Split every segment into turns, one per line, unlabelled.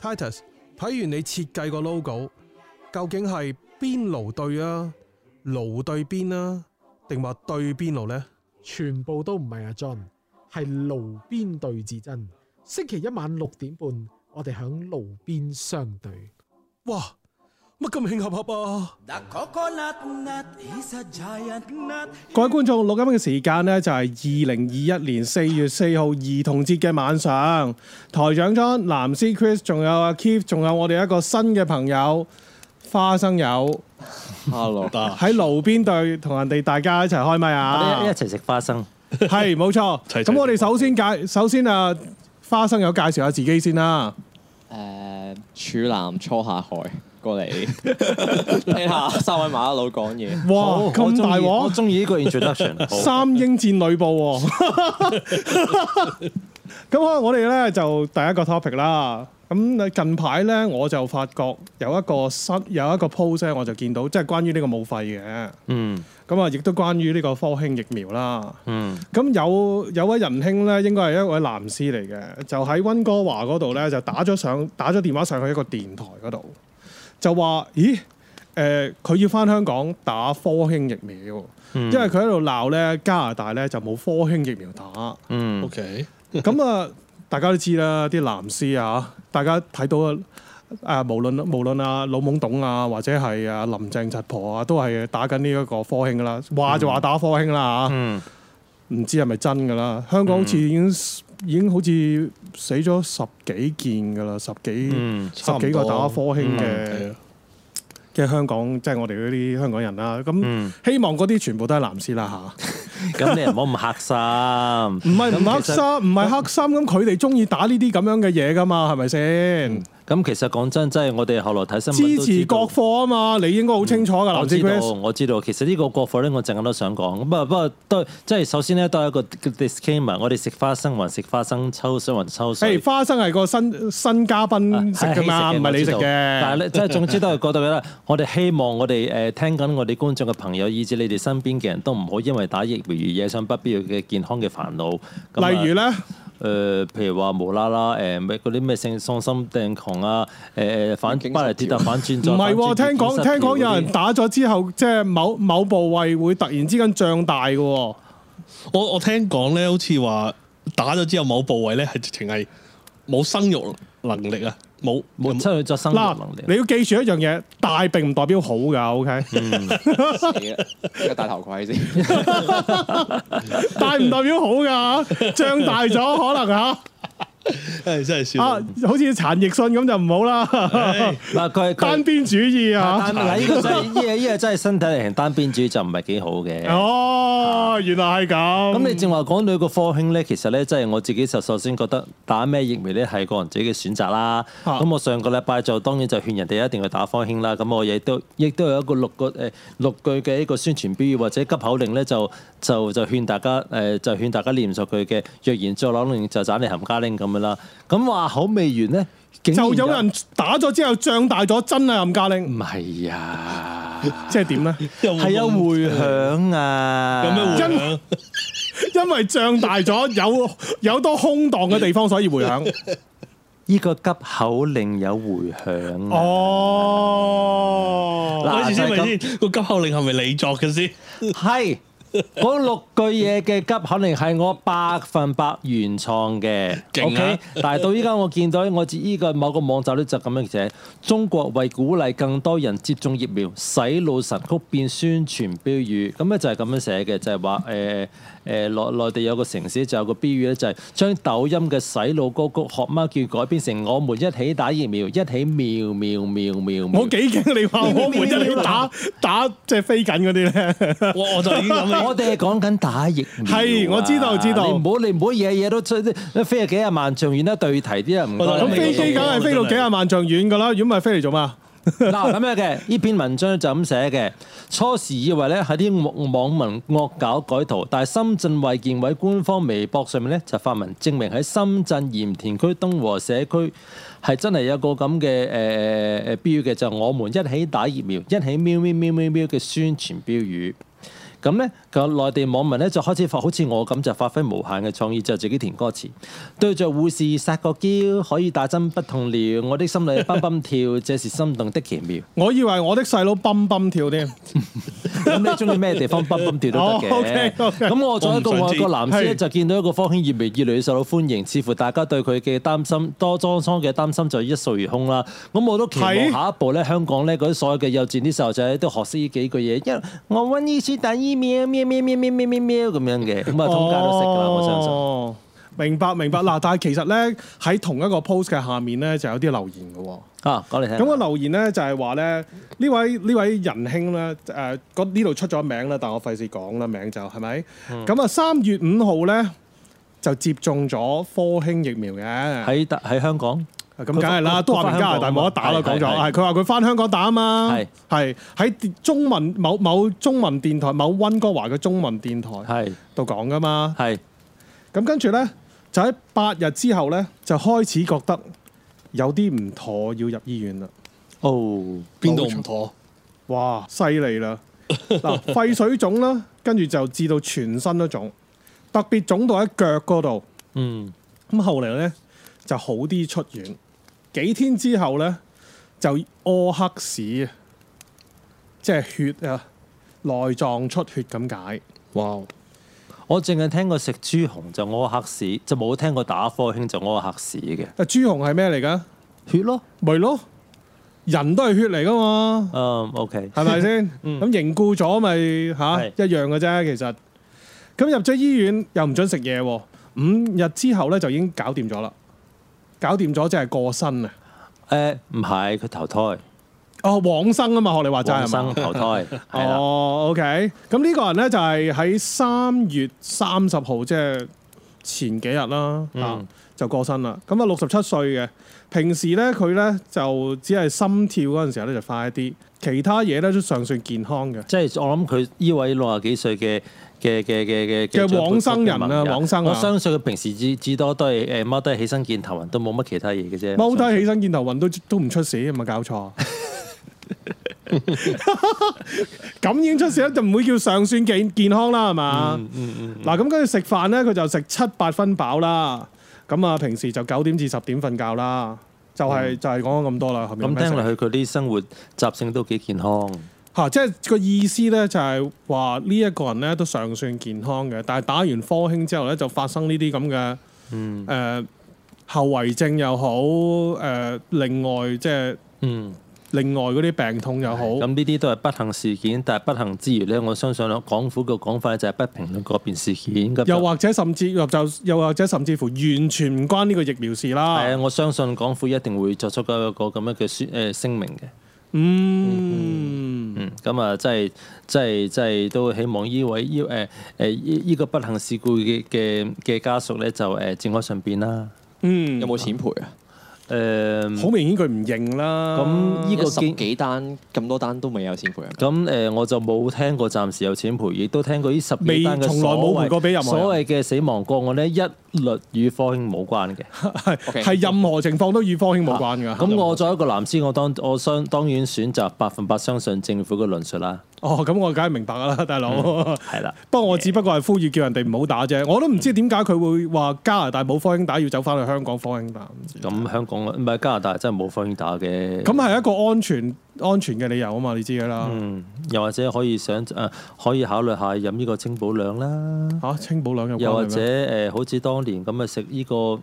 Titus，睇完你設計個 logo，究竟係邊爐對啊，爐對邊啊，定話對邊爐呢？
全部都唔係阿 John，係爐邊對至真。星期一晚六點半，我哋響爐邊相對。
哇，乜咁慶合合啊！
The coconut nut is a giant nut.
各位觀眾，錄音嘅時間呢，就係二零二一年四月四號兒童節嘅晚上，台長 John、藍絲 Chris，仲有阿 Keith，仲有我哋一個新嘅朋友花生友
啊
Hello，
喺路邊對同人哋大家一齊開咪啊！
一齊食花生。
係冇錯，
齊齊
咁我哋首先介首先啊，花生友介紹下自己先啦。
誒，處男初下海過 嚟，聽下三位馬騮講嘢。
哇，咁大
我
鑊，
中意呢個 introduction。好
三英戰呂布喎、 咁啊，我哋咧就第一個 topic 啦。咁近排咧，我就發覺有一個新有一個 post 咧，我就見到即係關於呢個武肺嘅。
嗯
咁啊，亦都關於呢個科興疫苗啦。
嗯
咁有有位仁兄咧，應該係一位男士嚟嘅，就喺温哥華嗰度咧，就打咗上打咗電話上去一個電台嗰度，就話：咦，誒、佢要翻香港打科興疫苗，
嗯
因為佢喺度鬧咧加拿大咧就冇科興疫苗打。
嗯，
OK，
咁啊， 大家都知啦，啲藍絲啊，大家睇到啊。誒，無論無論啊老懵懂啊，或者係啊林鄭柒婆啊，都係打緊呢一個科興啦，話就話打科興啦嚇，
嗯
唔知係咪真㗎啦？香港好似已經、已經好似死咗十幾件㗎啦，十幾、
嗯
十幾個打科興嘅
嗯
嘅香港，即係我哋嗰啲香港人啦。咁、
嗯
希望嗰啲全部都係藍絲啦
咁你唔好咁黑心。
嚇，唔係唔黑
其
心，
實
唔係黑心。咁佢哋中意打呢啲咁樣嘅嘢㗎嘛，係咪先？
咁其實講真，真係我哋後來睇新聞
支
都
持
知道
國貨啊嘛，你應該好清楚㗎，
我
藍
知
絲
道，
Chris。
我知道。其實呢個國貨咧，我陣間都想講。咁啊，不過都即係首先咧，都係一個 disclaimer。我哋食花生還食花生，抽水還抽水
誒，。花生係個新新嘉賓食㗎嘛，
係
唔係你食
我知道但係
嘅。
咧，即係總之都係嗰度嘅啦。我哋希望我哋誒、呃、聽緊我哋觀眾嘅朋友，以至你哋身邊嘅人都唔好因為打疫苗而惹上不必要嘅健康嘅煩惱。咁啊
例如咧。
誒、呃譬如話無啦啦誒咩嗰啲咩性喪心病狂啊，誒、誒反巴黎鐵塔反轉咗，
唔係喎，聽
反轉變
講聽
身條
講有
嗰啲
人打咗之後，即係某某部位會突然之間脹大嘅喎。
我我聽講咧，好似話打咗之後某部位咧係直情係冇生育能力啊，冇
冇出去作生育
嗱
能，力。
你要記住一樣嘢，大並唔代表好㗎，OK？
死啦，戴頭盔先。
大唔代表好㗎，脹大咗可能嚇
唉真係笑
啊
到。，
好似陳奕迅咁就唔好啦，
嗱佢
單
佢。
邊主義啊
單！嗱，呢個真係呢個呢個真係身體力行單邊主義就唔係幾好 嘅。
哦，原來係咁。
咁你正話講到個科興咧，其實咧即係我自己就首先覺得打咩疫苗咧係個人自己嘅選擇啦。
啊
咁我上個禮拜就當然就勸人哋一定要打科興啦。咁我亦都亦都有一個六個誒六句嘅一個宣傳標語或者急口令咧，就就就勸大家誒、就勸大家念熟佢嘅，若然再攞令就斬你冚家拎咁樣啦。咁話口未完咧，竟然
就有人打咗之後脹大咗，真係冚家拎，
唔係啊，
即係點 咧？
係有迴響啊，
有咩
因
回響？
因為脹大咗，有有多空蕩嘅地方，所以回 響。
呢個急口令有迴響啊。
哦，
嗱
嗰時
就
先
係咁
咪先個急口令係咪你作嘅先？
係嗰六句嘢嘅急肯定係我百分百原創嘅
勁啊
，OK。但係到依家我見到我自依個某個網站咧就咁樣寫：中國為鼓勵更多人接種疫苗，洗腦神曲變宣傳標語。咁啊咧就係咁樣寫嘅，就係話誒誒
嗯
內內地有個城市就有個標語咧，就係將抖音嘅洗腦歌曲《學貓叫》改編成我們一起打疫苗，一起苗苗苗苗苗
啊
我。幾驚你話我每一啲打打即係飛緊嗰啲咧，
我我就已 經 諗
我哋係講緊打疫苗啊，
係我知道知道
你唔好你唔好嘢嘢都出，飛啊幾廿萬丈遠啦，對題啲人唔該
我
咁
諗
你。
飛機梗係飛到幾廿萬丈遠㗎啦，如果唔係飛嚟做咩啊？
嗱咁樣嘅，呢篇文章就咁寫嘅。初時以為咧係啲網民惡搞改圖，但係深圳衛健委官方微博上面咧就發文證明喺深圳鹽田區東和社區係真係有個咁嘅誒呃誒誒標語嘅，就我們一起打疫苗，一起喵喵喵喵喵嘅宣傳標語。咁咧個內地網民咧就開始發好似我咁就發揮無限嘅創意，就自己填歌詞。對着護士撒個嬌，可以打針不痛了，我的心裏蹦蹦跳，這是心動的奇妙。
我以為我的細佬蹦蹦跳添，
咁你中意咩地方蹦蹦跳都得
哦
嘅。
，OK，OK
咁我作為一個
我唔
外
想知
國男士咧，
係
就見到一個方興越嚟越嚟越受到歡迎，似乎大家對佢嘅擔心多裝裝嘅擔心就一掃而空啦。咁我都期望
係
下一步咧，香港咧嗰啲所有嘅幼稚園啲細路仔都學識呢幾句嘢，因為我瘟疫是打疫苗，喵喵喵喵喵喵喵咁樣嘅，咁啊通街都識㗎啦，我相信。
哦明白明白嗱，但係其實咧喺同一個 post 嘅下面咧就有啲留言嘅喎。
啊，講嚟聽。
咁個留言咧就係話咧呢位呢位仁兄咧誒嗰呢度出咗名啦，但我費事講啦，名就係咪？
嗯
咁啊三月五號咧就接種咗科興疫苗嘅，啊
喺喺香港，
咁梗係啦，
佢
都話
佢
明加拿大冇得打啦，
佢
講
返香港
咗
啊
係佢話佢翻香港打啊嘛
係，
係喺中文某某中文電台某温哥華嘅中文電台
係
度講噶嘛，
係
咁跟住咧就喺八日之後咧就開始覺得有啲唔妥，要入醫院啦。
哦，
邊度唔妥？
哇，犀 利啦！嗱，肺水腫啦，跟住就至到全身都腫，特別腫到喺腳嗰度。
嗯，
咁後嚟咧就好啲出院，幾天之後咧就屙黑屎啊，即係血啊，內臟出血咁解。
哇！
我淨係聽過食豬紅就屙黑屎，就冇聽過打科興就屙黑屎嘅
啊，朱紅係咩嚟㗎？
血咯。
咪咯，人都係血嚟㗎嘛，
嗯，OK，
係咪先？
嗯
咁凝固咗咪吓
係
一樣嘅啫，其實。咁入咗醫院又唔准食嘢喎，五日之後咧就已經搞掂咗啦，搞掂咗即係過身啊！
誒唔係佢投胎，
哦，往生啊嘛，學你話齋
往
係嘛
生？投 胎，係啦，
哦，OK，咁呢個人咧就係喺三月三十號，即係前幾日啦，
嗯
啊就過身啦。咁啊，六十七歲嘅，平時咧佢咧就只係心跳嗰陣時候咧就快一啲，其他嘢咧都尚算健康嘅。
即係我諗佢呢位六十幾歲嘅嘅嘅嘅嘅
嘅往生人啊
長輩
往生啊
我相信佢平時至至多都係誒踎低起身見頭暈，都冇乜其他嘢嘅啫。
踎低起身見頭暈都都唔出事，有冇搞錯？咁已經出事咧，就唔會叫尚算健健康啦，係嘛？嗱，咁跟住食飯咧，佢就食七八分飽啦。咁啊，平時就九點至十點瞓覺啦。就係、就係講咗咁多啦，後
咁
面有咩食
聽落去佢啲生活習性都幾健康。
嚇、即係個意思咧，就係話呢一個人咧都尚算健康嘅，但係打完科興之後咧，就發生呢啲咁嘅
嗯
誒後遺症又好，誒、另外即係。
嗯，
另外嗰啲病痛又好，
咁呢啲都係不幸事件，但係不幸之餘咧，我相信港府嘅講法就係不評論個別事件。咁
又或者甚至又就又或者甚至乎完全唔關呢個疫苗事
係啊，
啦。
我相信港府一定會作出一個咁樣嘅宣誒聲明嘅。
嗯，
嗯，咁啊，即係即係即係都希望呢位呢誒誒依依個不幸事故嘅嘅嘅家屬咧，就誒節哀順變啦。
嗯，
有冇錢賠啊？
誒
好明顯佢唔認
嗯
啦。
咁呢個
十
經
幾單咁多單都未有錢賠啊！
咁誒，我就冇聽過暫時有錢賠，亦都聽過呢十幾
未
單嘅
從來冇
所謂
賠過俾任何人
所謂嘅死亡個案咧，一律與科興冇關 嘅。
OK
係任何情況都與科興啊冇關㗎。
咁我作為一個藍絲，我當我相當然選擇百分百相信政府嘅論述啦。
哦，咁我梗係明白啦，大佬。
係啦，
不過我只不過係呼籲叫人哋唔好打啫，我都唔知點解佢會話加拿大冇科興打，要走翻去香港科興打。唔知
咁香港唔係加拿大真係冇科興打嘅。
咁係一個安全安全嘅理由啊嘛，你知㗎啦。
嗯，又或者可以想誒、呃可以考慮下飲呢個清補涼啦，
嚇，清補兩有關
又或
係
者
咩
誒、呃好似當年咁啊食呢個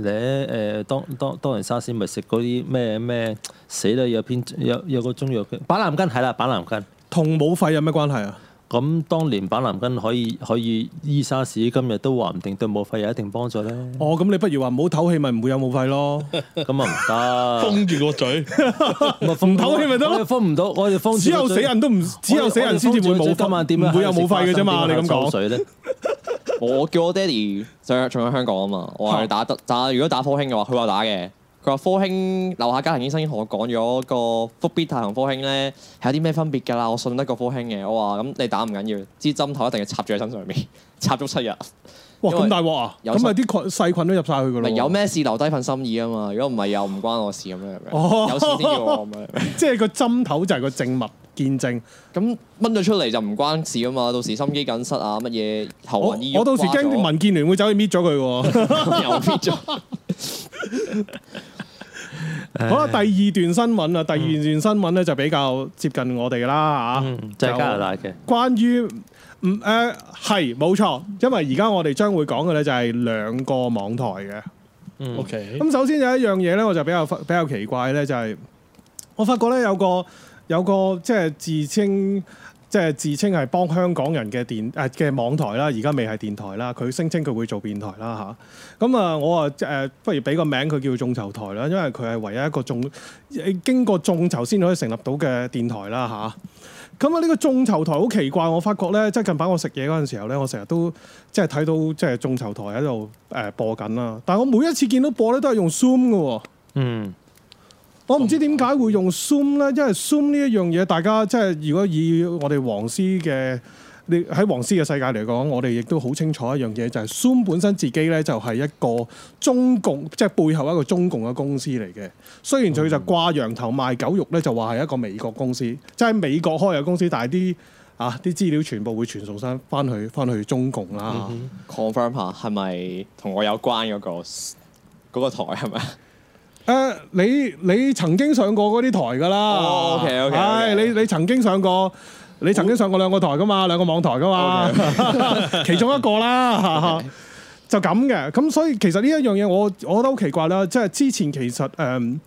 咧誒，當當當年沙士咪食嗰啲咩咩死啦，有篇有有個中藥嘅板藍根係啦，板藍根。
同冇肺有咩關係啊？
咁當年板藍根可以可以醫沙士，今日都話唔定對冇肺有一定幫 助咧。
哦，咁你不如話唔好唞氣，咪唔會有冇肺咯。
咁啊唔
封住個嘴，
得，咪封
唔唞氣咪得咯
我哋封唔到，我哋封住
只有
個
死
嘴
人都唔，只有死人先至會
我哋封住個嘴
冇
今晚點啊樣
肺，唔會有冇肺嘅啫嘛。
喺
你
度食花生點樣
咁
喺度抽
講，
水 咧？
我叫我爹哋上仲喺香港啊嘛，我話打得打，如果打科興嘅話，佢話打嘅。佢話科興樓下家庭醫生同我講咗個復必泰同科興咧係有啲咩分別㗎啦，我信得過科興嘅。我話咁你打唔緊要，支針頭一定要插住喺身上面，插足七日。
哇
因為
咁大鑊啊！
有
咁咪啲菌細菌都入晒去噶
咪
咯。
有？咩事留低份心意啊嘛，如果唔係又唔關我事咁樣，
哦
有事先叫我咁樣。
即係個針頭就係個證物，見證。
哦
咁掹咗出嚟就唔關事啊嘛，到時心肌梗塞啊，乜嘢頭
我
暈醫
我到時驚民建聯會走去搣咗佢喎。
又搣咗，
好啦，第二段新聞啊，第二段新聞咧就比較接近我哋啦嚇。
嗯，就係加拿大嘅，
關於唔誒係冇錯，因為而家我哋將會講嘅咧就係兩個網台嘅。
嗯
OK，
咁首先有一樣嘢咧，我就比較比較奇怪咧，就係、我發覺咧有個有個即係自稱即係自稱係幫香港人嘅電誒嘅、網台啦，而家未係電台啦，佢聲稱佢會做電台啦吓，咁啊，我啊誒、不如俾個名佢叫眾籌台啦，因為佢係唯一一個眾誒經過眾籌先可以成立到嘅電台啦吓，咁啊，呢個眾籌台好奇怪，我發覺咧，即係近排我食嘢嗰陣時候咧，我成日都即係睇到即係眾籌台喺度誒播緊啦。但係我每一次見到播咧都係用 Zoom 嘅喎，
嗯，
我唔知點解會用 Zoom 咧，因為 Zoom 呢一樣嘢，大家即係如果以我哋黃絲嘅。你喺黃絲嘅世界嚟講，我哋亦都好清楚一樣嘢，就係、Zoom 本身自己咧就係一個中共，即係背後一個中共嘅公司嚟嘅。雖然佢就掛羊頭賣狗肉咧，就話係一個美國公司，即係美國開嘅公司，但係啲啊啲資料全部會傳送翻翻去翻去中共啦。
嗯 confirm 下係咪同我有關嗰、個嗰、個台係咪？
誒、呃你你曾經上過嗰啲台㗎啦。
哦，OK，OK，OK
唉你你曾經上過，你曾經上過兩個台㗎嘛，兩個網台㗎嘛 其中一個啦。就咁嘅，咁所以其實呢一樣嘢，我我覺得好奇怪啦。即係之前其實誒、嗯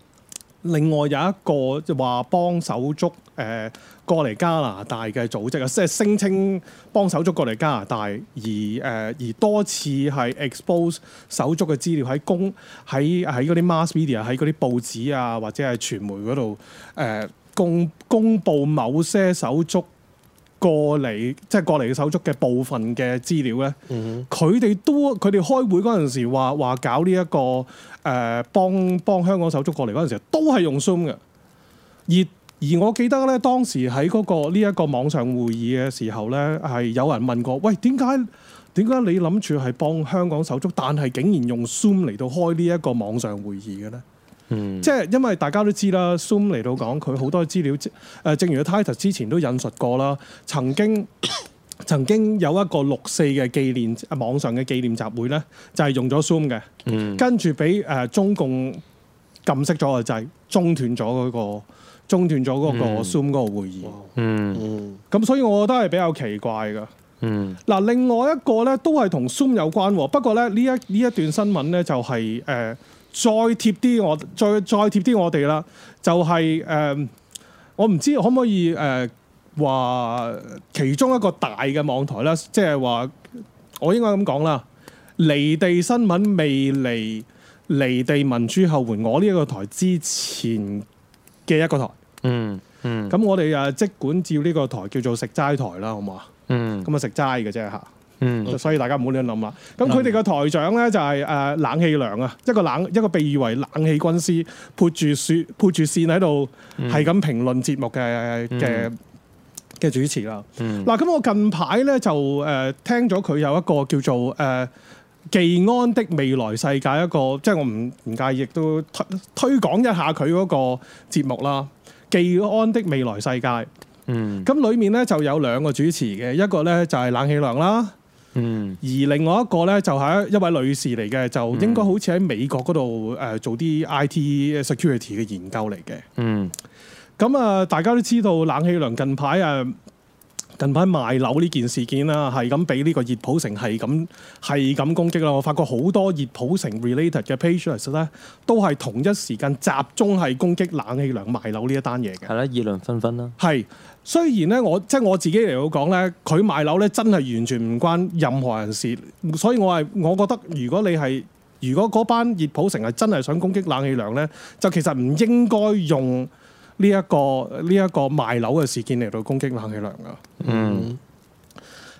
另外有一個就話幫手足誒、呃、過嚟加拿大嘅組織啊，即係聲稱幫手足過嚟加拿大，而誒、呃而多次係 expose 手足嘅資料喺公喺喺嗰啲 mass media 喺嗰啲報紙啊或者係傳媒嗰度誒公公佈某些手足過嚟即係過嚟嘅手足嘅部分嘅資料咧。佢哋都佢哋開會嗰陣時話話搞呢、一個誒、呃、幫幫香港手足過嚟嗰陣時，都係用 Zoom 嘅。而而我記得咧，當時喺嗰、個呢一、個網上會議嘅時候咧，係有人問過：喂，點解點解你諗住係幫香港手足，但係竟然用 Zoom 嚟到開呢一個網上會議嘅咧？
嗯
即係因為大家都知啦，Zoom 嚟到講佢好多資料，誒、呃正如 Titus 之前都引述過啦，曾經曾經有一個六四嘅紀念啊網上嘅紀念集會咧，就係、用咗 Zoom 嘅，
嗯
跟住俾誒中共禁熄咗個掣，中斷咗嗰、個中斷咗嗰個
嗯
Zoom 嗰個會議，
嗯
嗯，
咁、所以我覺得係比較奇怪㗎。
嗯
嗱，另外一個咧都係同 Zoom 有關喎，不過咧呢一呢一段新聞咧就係、呃再貼啲我再再貼啲我哋啦，就係、呃我唔知可唔可以誒話、其中一個大嘅網台啦，即係話我應該咁講啦，離地新聞未離離地民主後援我呢一個台之前嘅一個台，
嗯嗯
咁我哋誒即管照呢個台叫做食齋台啦，好唔好啊？
嗯
咁啊食齋嘅啫嚇。
嗯
所以大家唔好亂諗啦。咁佢哋嘅台長咧就係、誒、冷氣涼啊，一個冷一個被譽為冷氣軍師，潑住雪潑住線喺度，
嗯
係咁評論節目嘅嘅嘅主持啦。
嗯
嗱、咁我近排咧就誒、聽咗佢有一個叫做誒。呃技安的未來世界一個，即係我唔唔介意，亦都推推廣一下佢嗰個節目啦。技安的未來世界，咁
嗯
裡面咧就有兩個主持嘅，一個咧就係冷氣涼啦，
嗯
而另外一個咧就係、一位女士嚟嘅，就應該好似喺美國嗰度誒做啲 IT security 嘅研究嚟嘅。
嗯
咁啊，大家都知道冷氣涼近排啊，近排賣樓呢件事件啦，係咁俾呢個熱普城係咁係咁攻擊啦。我發覺好多熱普城 related 嘅 pages 咧，都係同一時間集中係攻擊冷氣涼賣樓呢一單嘢嘅
係。啦，議論紛紛啦，
係，雖然咧，我即係我自己嚟講咧，佢賣樓咧真係完全唔關任何人事，所以我係我覺得如果你係如果嗰班熱普城係真係想攻擊冷氣量咧，就其實唔應該用呢、一個呢一、個賣樓嘅事件嚟到攻擊冷氣量噶。
嗯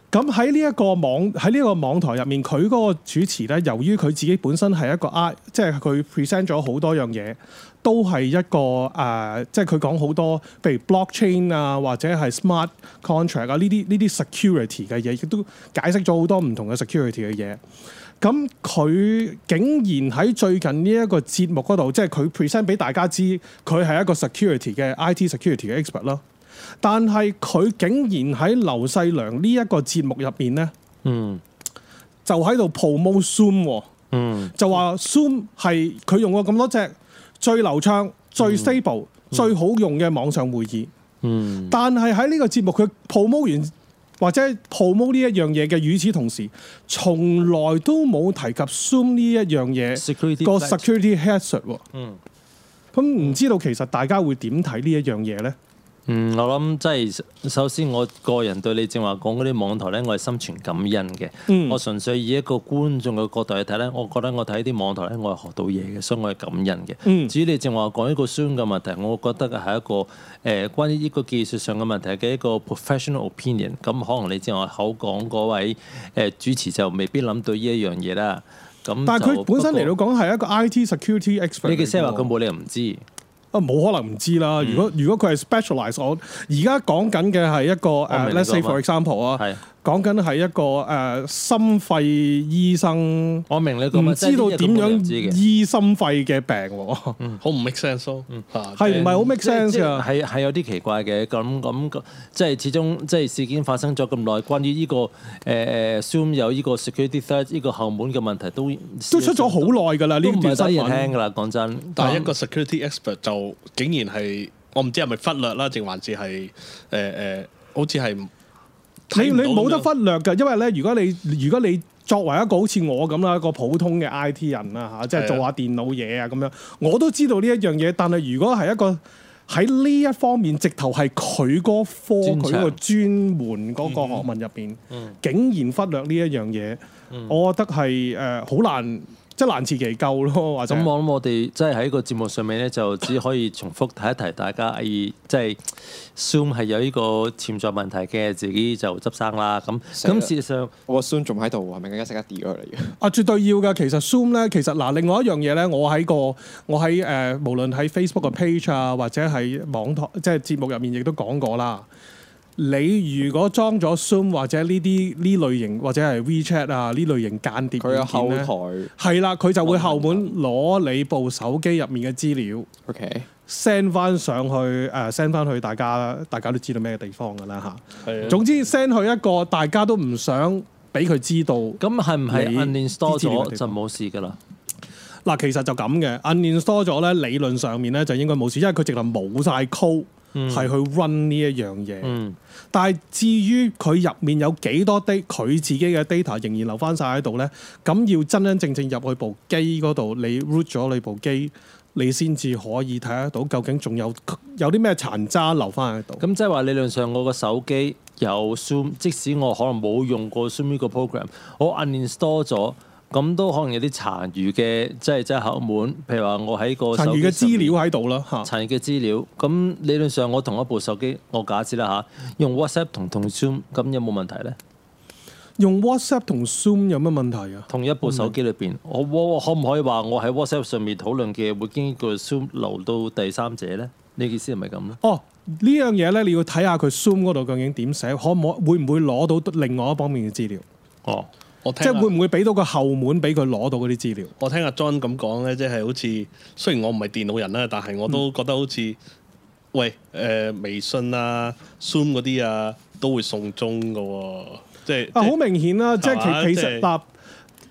咁喺呢一個網喺呢一個網台入面，佢嗰個主持咧，由於佢自己本身係一個 I，即係佢 present 咗好多樣嘢，都係一個誒、呃即係佢講好多，譬如 blockchain 啊，或者係 smart contract 啊，呢啲呢啲 security 嘅嘢，亦都解釋咗好多唔同嘅 security 嘅嘢。咁佢竟然喺最近呢一個節目嗰度，即係佢 present 俾大家知，佢係一個 security 嘅 IT security 嘅 expert 啦。但係佢竟然喺劉世良呢一個節目入面呢，
嗯
就喺度 promote Zoom 喎。
嗯
就話 Zoom 係佢用過咁多隻最流暢、最 stable、最好用嘅網上會議。
嗯
但係喺呢個節目佢 promote 完或者 promote 呢一樣嘢嘅，與此同時，從來都冇提及 Zoom 呢一樣嘢
，security
個
flag
security hazard 喎。
嗯
咁唔知道其實大家會點睇呢一樣嘢呢？
嗯，我諗即係首先，我個人對你正話講嗰啲網台咧，我係心存感恩嘅。
嗯
我純粹以一個觀眾嘅角度去睇咧，我覺得我睇啲網台咧，我係學到嘢嘅，所以我係感恩嘅。
嗯
至於你正話講一個 Zoom 嘅問題，我覺得係一個誒、呃、關於呢個技術上嘅問題嘅一個 professional opinion。咁可能你正話口講嗰位誒、呃主持就未必諗到呢一樣嘢啦。咁
但係
嗯就
佢本身
不過
嚟到講係一個 IT security expert 嚟㗎喎。
你嘅 s e 話佢冇理由唔知。
啊，冇可能唔知
嗯
啦。如果如果佢係 specialize，我而家講緊嘅係一個
我明
誒
你
，let's say
講乜
for example 啊，
係，
講緊係一個誒心肺醫生，
我明你講乜
唔知道
即係
點
呢樣佢冇理由唔知
樣
嘅。嗯
醫心肺嘅病喎，
好唔 make sense 咯，
係
係
唔係好 make
即係
sense
即係
㗎？
係係有啲奇怪嘅，咁咁即係始終即係事件發生咗咁耐，關於呢、個誒誒、呃 Zoom 有呢個 security threat 呢個後門嘅問題都
都出咗好耐㗎啦，
都
呢
唔
段
係
新
第一人聽
聞。
㗎啦，講真。
但係一個 security expert 就竟然係我唔知係咪忽略啦，定還是係誒誒，好似係
你
睇唔
你
到
冇得
咁樣
忽略㗎，因為咧，如果你如果你作為一個好似我咁啦，一個普通嘅 I T 人啦嚇，即
係
係
啊
做下電腦嘢啊咁樣，我都知道呢一樣嘢。但係如果係一個喺呢一方面，直頭係佢嗰科
專
佢
長
個專門嗰
嗯
個學問入邊，竟然忽略呢一樣嘢，
嗯
我覺得係誒好難，即係難辭其咎咯，或者
咁我諗我哋即係喺個節目上面咧，就只可以重複提一提大家，誒即係 Zoom 係有呢個潛在問題嘅，自己就執生啦。咁
死啦
咁事實上。
我 Zoom 仲喺度喎，係咪更加識得 d 佢嚟嘅？
啊，絕對要㗎。其實 Zoom 咧，其實嗱，另外一樣嘢咧，我喺個我喺誒、呃，無論喺 Facebook 嘅 page 啊，或者喺網台即係節目入面，亦都講過啦。你如果裝咗 Zoom 或者呢啲呢類型或者係 WeChat 啊呢類型間諜
佢有後
軟件咧，
台
係啦，佢就會後門攞你部手機入面嘅資料
OK，
send 翻上去誒 send 翻去大家大家都知道咩地方㗎啦嚇。
係啊
總之 send 去一個大家都唔想俾佢知道。
咁係唔係
你
uninstall
支持呢個
咗
地
就
方
冇事㗎啦？
嗱，其實就咁嘅，uninstall 咗咧，理論上面咧就應該冇事，因為佢直頭冇晒 code 係去 run 呢一樣嘢。
嗯
但係至於佢入面有幾多 data，佢自己嘅 data 仍然留翻晒喺度咧，咁要真真正正入去部機嗰度，你 root 咗你部機，你先至可以睇得到究竟仲有有啲咩殘渣留翻喺度。
咁即係話理論上我個手機有 Zoom，即使我可能冇用過 Zoom 呢個 program，我 uninstall 咗，咁都可能有啲殘餘嘅，即係即係後門。譬如話我喺個手
殘
機
餘嘅資
上面
料喺度啦，嚇。
殘餘嘅資料，咁理論上我同一部手機，我假設啦嚇，用 WhatsApp 同同 Zoom，咁有冇問題呢？
用 WhatsApp 同 Zoom 有乜問題啊？
同一部手機裏邊，
嗯
我我可唔可以話我喺 WhatsApp 上面討論嘅會經過 Zoom 流到第三者呢？你意思係咪咁呢？
哦，呢樣嘢咧，你要睇下佢 Zoom 嗰度究竟點寫，可唔可會唔會攞到另外一方面嘅資料？
哦，
我
即
聽
係會
阿
唔會俾到個後門俾佢攞到嗰啲資料？
我聽阿 John 咁講咧，即係好似雖然我唔係電腦人啦，但係我都覺得好似喂誒微信啊、Zoom 嗰啲啊都會送中嘅喎，即係
啊，
即係
好明顯啦，即
係嘛
係其其
即
實
係
嗱，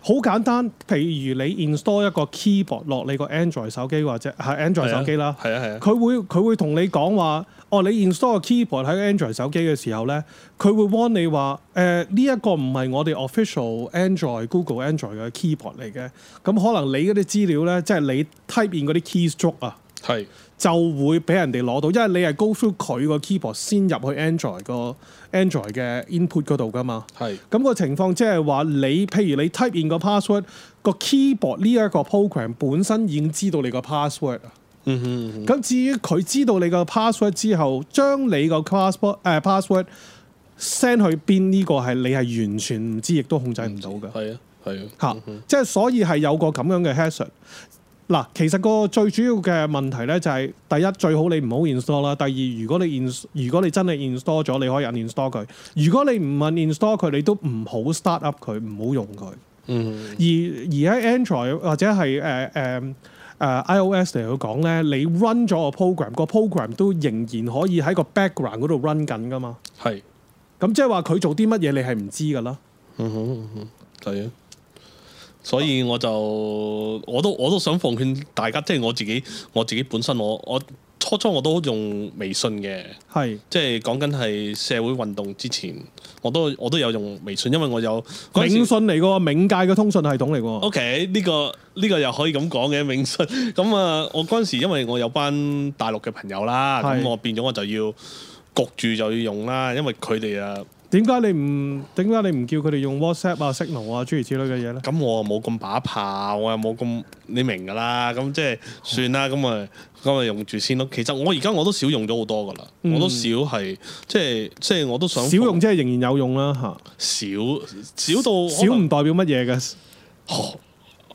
好簡單，譬如你 install 一個 keyboard 落你個 Android 手機或者係 Android 手機啦，
係啊係啊，
佢會佢會同你講話，哦，你 install 個 keyboard 喺 Android 手機嘅時候咧，佢會 warn 你話，誒呢一個唔係我哋 official Android Google Android 嘅 keyboard 嚟嘅，咁可能你嗰啲資料咧，即係你 type in 嗰啲 keystroke 啊。
係
就會俾人哋攞到，因為你係 go through 佢個 keyboard 先入去 Android 個 Android 嘅 input 嗰度噶嘛。
係
咁、個情況即係話你，譬如你 type in 個 password，個 keyboard 呢一個 program 本身已經知道你個 password 啊。
嗯哼嗯哼
咁至於佢知道你個 password 之後，將你個 passport 誒 password send 去邊呢個係你係完全唔知，亦都控制唔到嘅。
係啊係啊
嚇、即係所以係有個咁樣嘅 hazard。嗱，其實個最主要嘅問題咧就係、第一最好你唔好 install 啦，第二如果你 in 如果你真係 install 咗，你可以 uninstall 佢。如果你唔 uninstall 佢，你都唔好 start up 佢，唔好用佢。
嗯
而而喺 Android 或者係誒誒呃 iOS 嚟講咧，你 run 咗個 program，個 program 都仍然可以喺個 background 嗰度 run 緊噶嘛。
係，
咁即係話佢做啲乜嘢，你係唔知噶啦。
嗯哼嗯哼，係啊。所以我就我都我都想奉勸大家，即係我自己我自己本身我我初初我都用微信嘅，
係
即係講緊係社會運動之前，我都我都有用微信，因為我有嗰陣時哦
冥信嚟個冥界嘅通訊系統嚟喎。
O.K. 呢、個呢、個又可以咁講嘅 永信。咁啊，我嗰陣時因為我有班大陸嘅朋友啦，
係
咁我變咗我就要焗住就要用啦，因為佢哋啊，
點解你唔點解你唔叫佢哋用 WhatsApp 啊、Signal 啊諸如此類嘅嘢咧？
咁我冇咁把炮，我又冇咁你明㗎啦。咁即係算啦，咁啊咁啊用住先咯。其實我而家我都少用咗好多㗎啦，我都少係即係即係我都想
嗯少用即係仍然有用啦嚇，
少少到
少
可能
唔代表乜嘢嘅。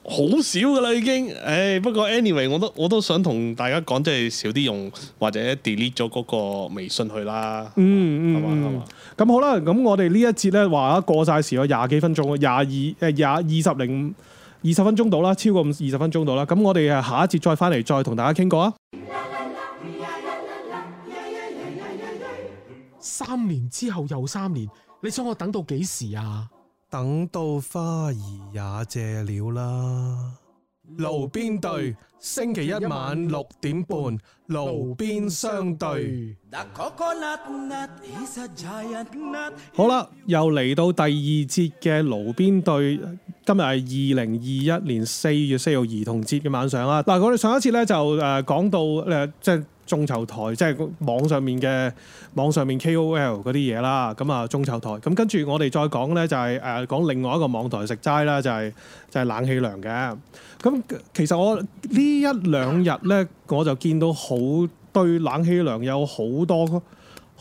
好少噶啦已經，唉、不過 anyway 我都我都想同大家講，即係少啲用或者 delete 咗嗰個微信去啦。
嗯
係嘛係
嗯
嘛，
咁好啦，咁我哋呢一節咧話啊過晒時咗廿幾分鐘，廿二誒廿二十零二十分鐘到啦，超過五二十分鐘到啦。咁我哋誒呃下一節再翻嚟再同大家傾過啊。
三年之後又三年，你想我等到幾時啊？
等到花兒也謝了啦。路邊對，星期一晚六點半，路邊相對。
The coconut nut is a giant nut.
好啦，又嚟到第二節嘅爐邊對，今日係二零二一年四月四號兒童節嘅晚上啦。嗱，我哋上一次咧就誒講到誒、呃即係眾籌台，即係網上面嘅網上面 KOL 嗰啲嘢啦。咁啊，眾籌台。咁跟住我哋再講咧就係、誒、講另外一個網台食齋啦，就係、就係、冷氣涼嘅。咁其實我呢一兩日咧，我就見到好對冷氣涼有好多。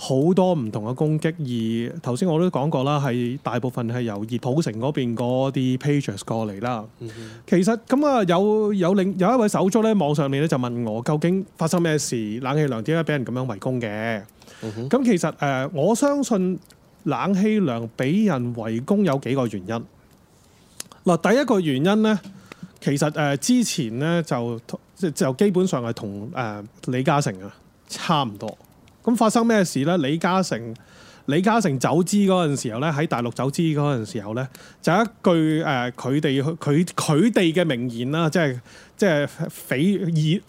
好多唔同嘅攻擊，而頭先我都講過啦，係大部分係由熱普城嗰邊嗰啲 pages 過嚟啦。其實咁啊，有有另有一位手足咧，網上面咧就問我究竟發生咩事，冷氣涼點解俾人咁樣圍攻嘅？咁、其實誒、呃我相信冷氣涼俾人圍攻有幾個原因。嗱，第一個原因呢，其實誒、呃之前呢，就就就基本上係同誒李嘉誠啊差唔多。咁發生咩事呢？李嘉誠李嘉誠走資嗰陣時候呢，喺大陸走資嗰陣時候呢，就有一句誒佢哋佢佢哋嘅名言啦，即係即係蜚言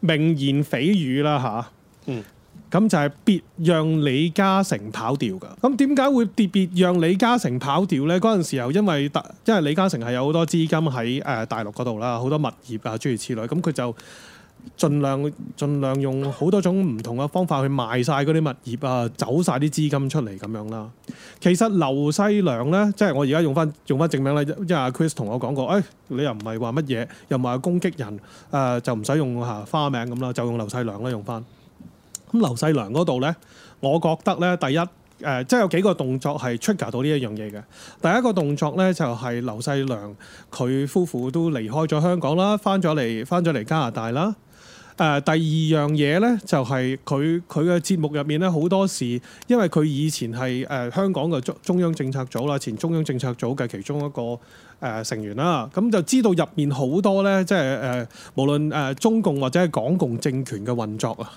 名言蜚語啦吓，
嗯。
咁就係別讓李嘉誠跑調㗎。咁點解會別別讓李嘉誠跑調呢？嗰陣時候因為大因為李嘉誠係有好多資金喺誒、呃大陸嗰度啦，好多物業啊諸如此類，咁佢就。盡量盡量用好多種唔同嘅方法去賣晒嗰啲物業啊，走晒啲資金出嚟咁樣啦。其實劉西良呢，即係我而家用翻用翻正名啦，因因為阿 Chris 同我講過，誒、你又唔係話乜嘢，又唔係話攻擊人，誒、呃就唔使用嚇花名咁啦，就用劉西良啦，用翻。咁劉世良嗰度呢，我覺得呢，第一誒、呃即係有幾個動作係 trigger 到呢一樣嘢嘅。第一個動作呢，就係、劉世良佢夫婦都離開咗香港啦，翻咗嚟翻咗嚟加拿大啦。誒、呃第二樣嘢呢，就係佢佢嘅節目入面呢，好多時，因為佢以前係誒、呃香港嘅中中央政策組啦，前中央政策組嘅其中一個誒、呃成員啦，咁就知道入面好多呢，即係誒、呃、無論誒、呃中共或者係港共政權嘅運作啊。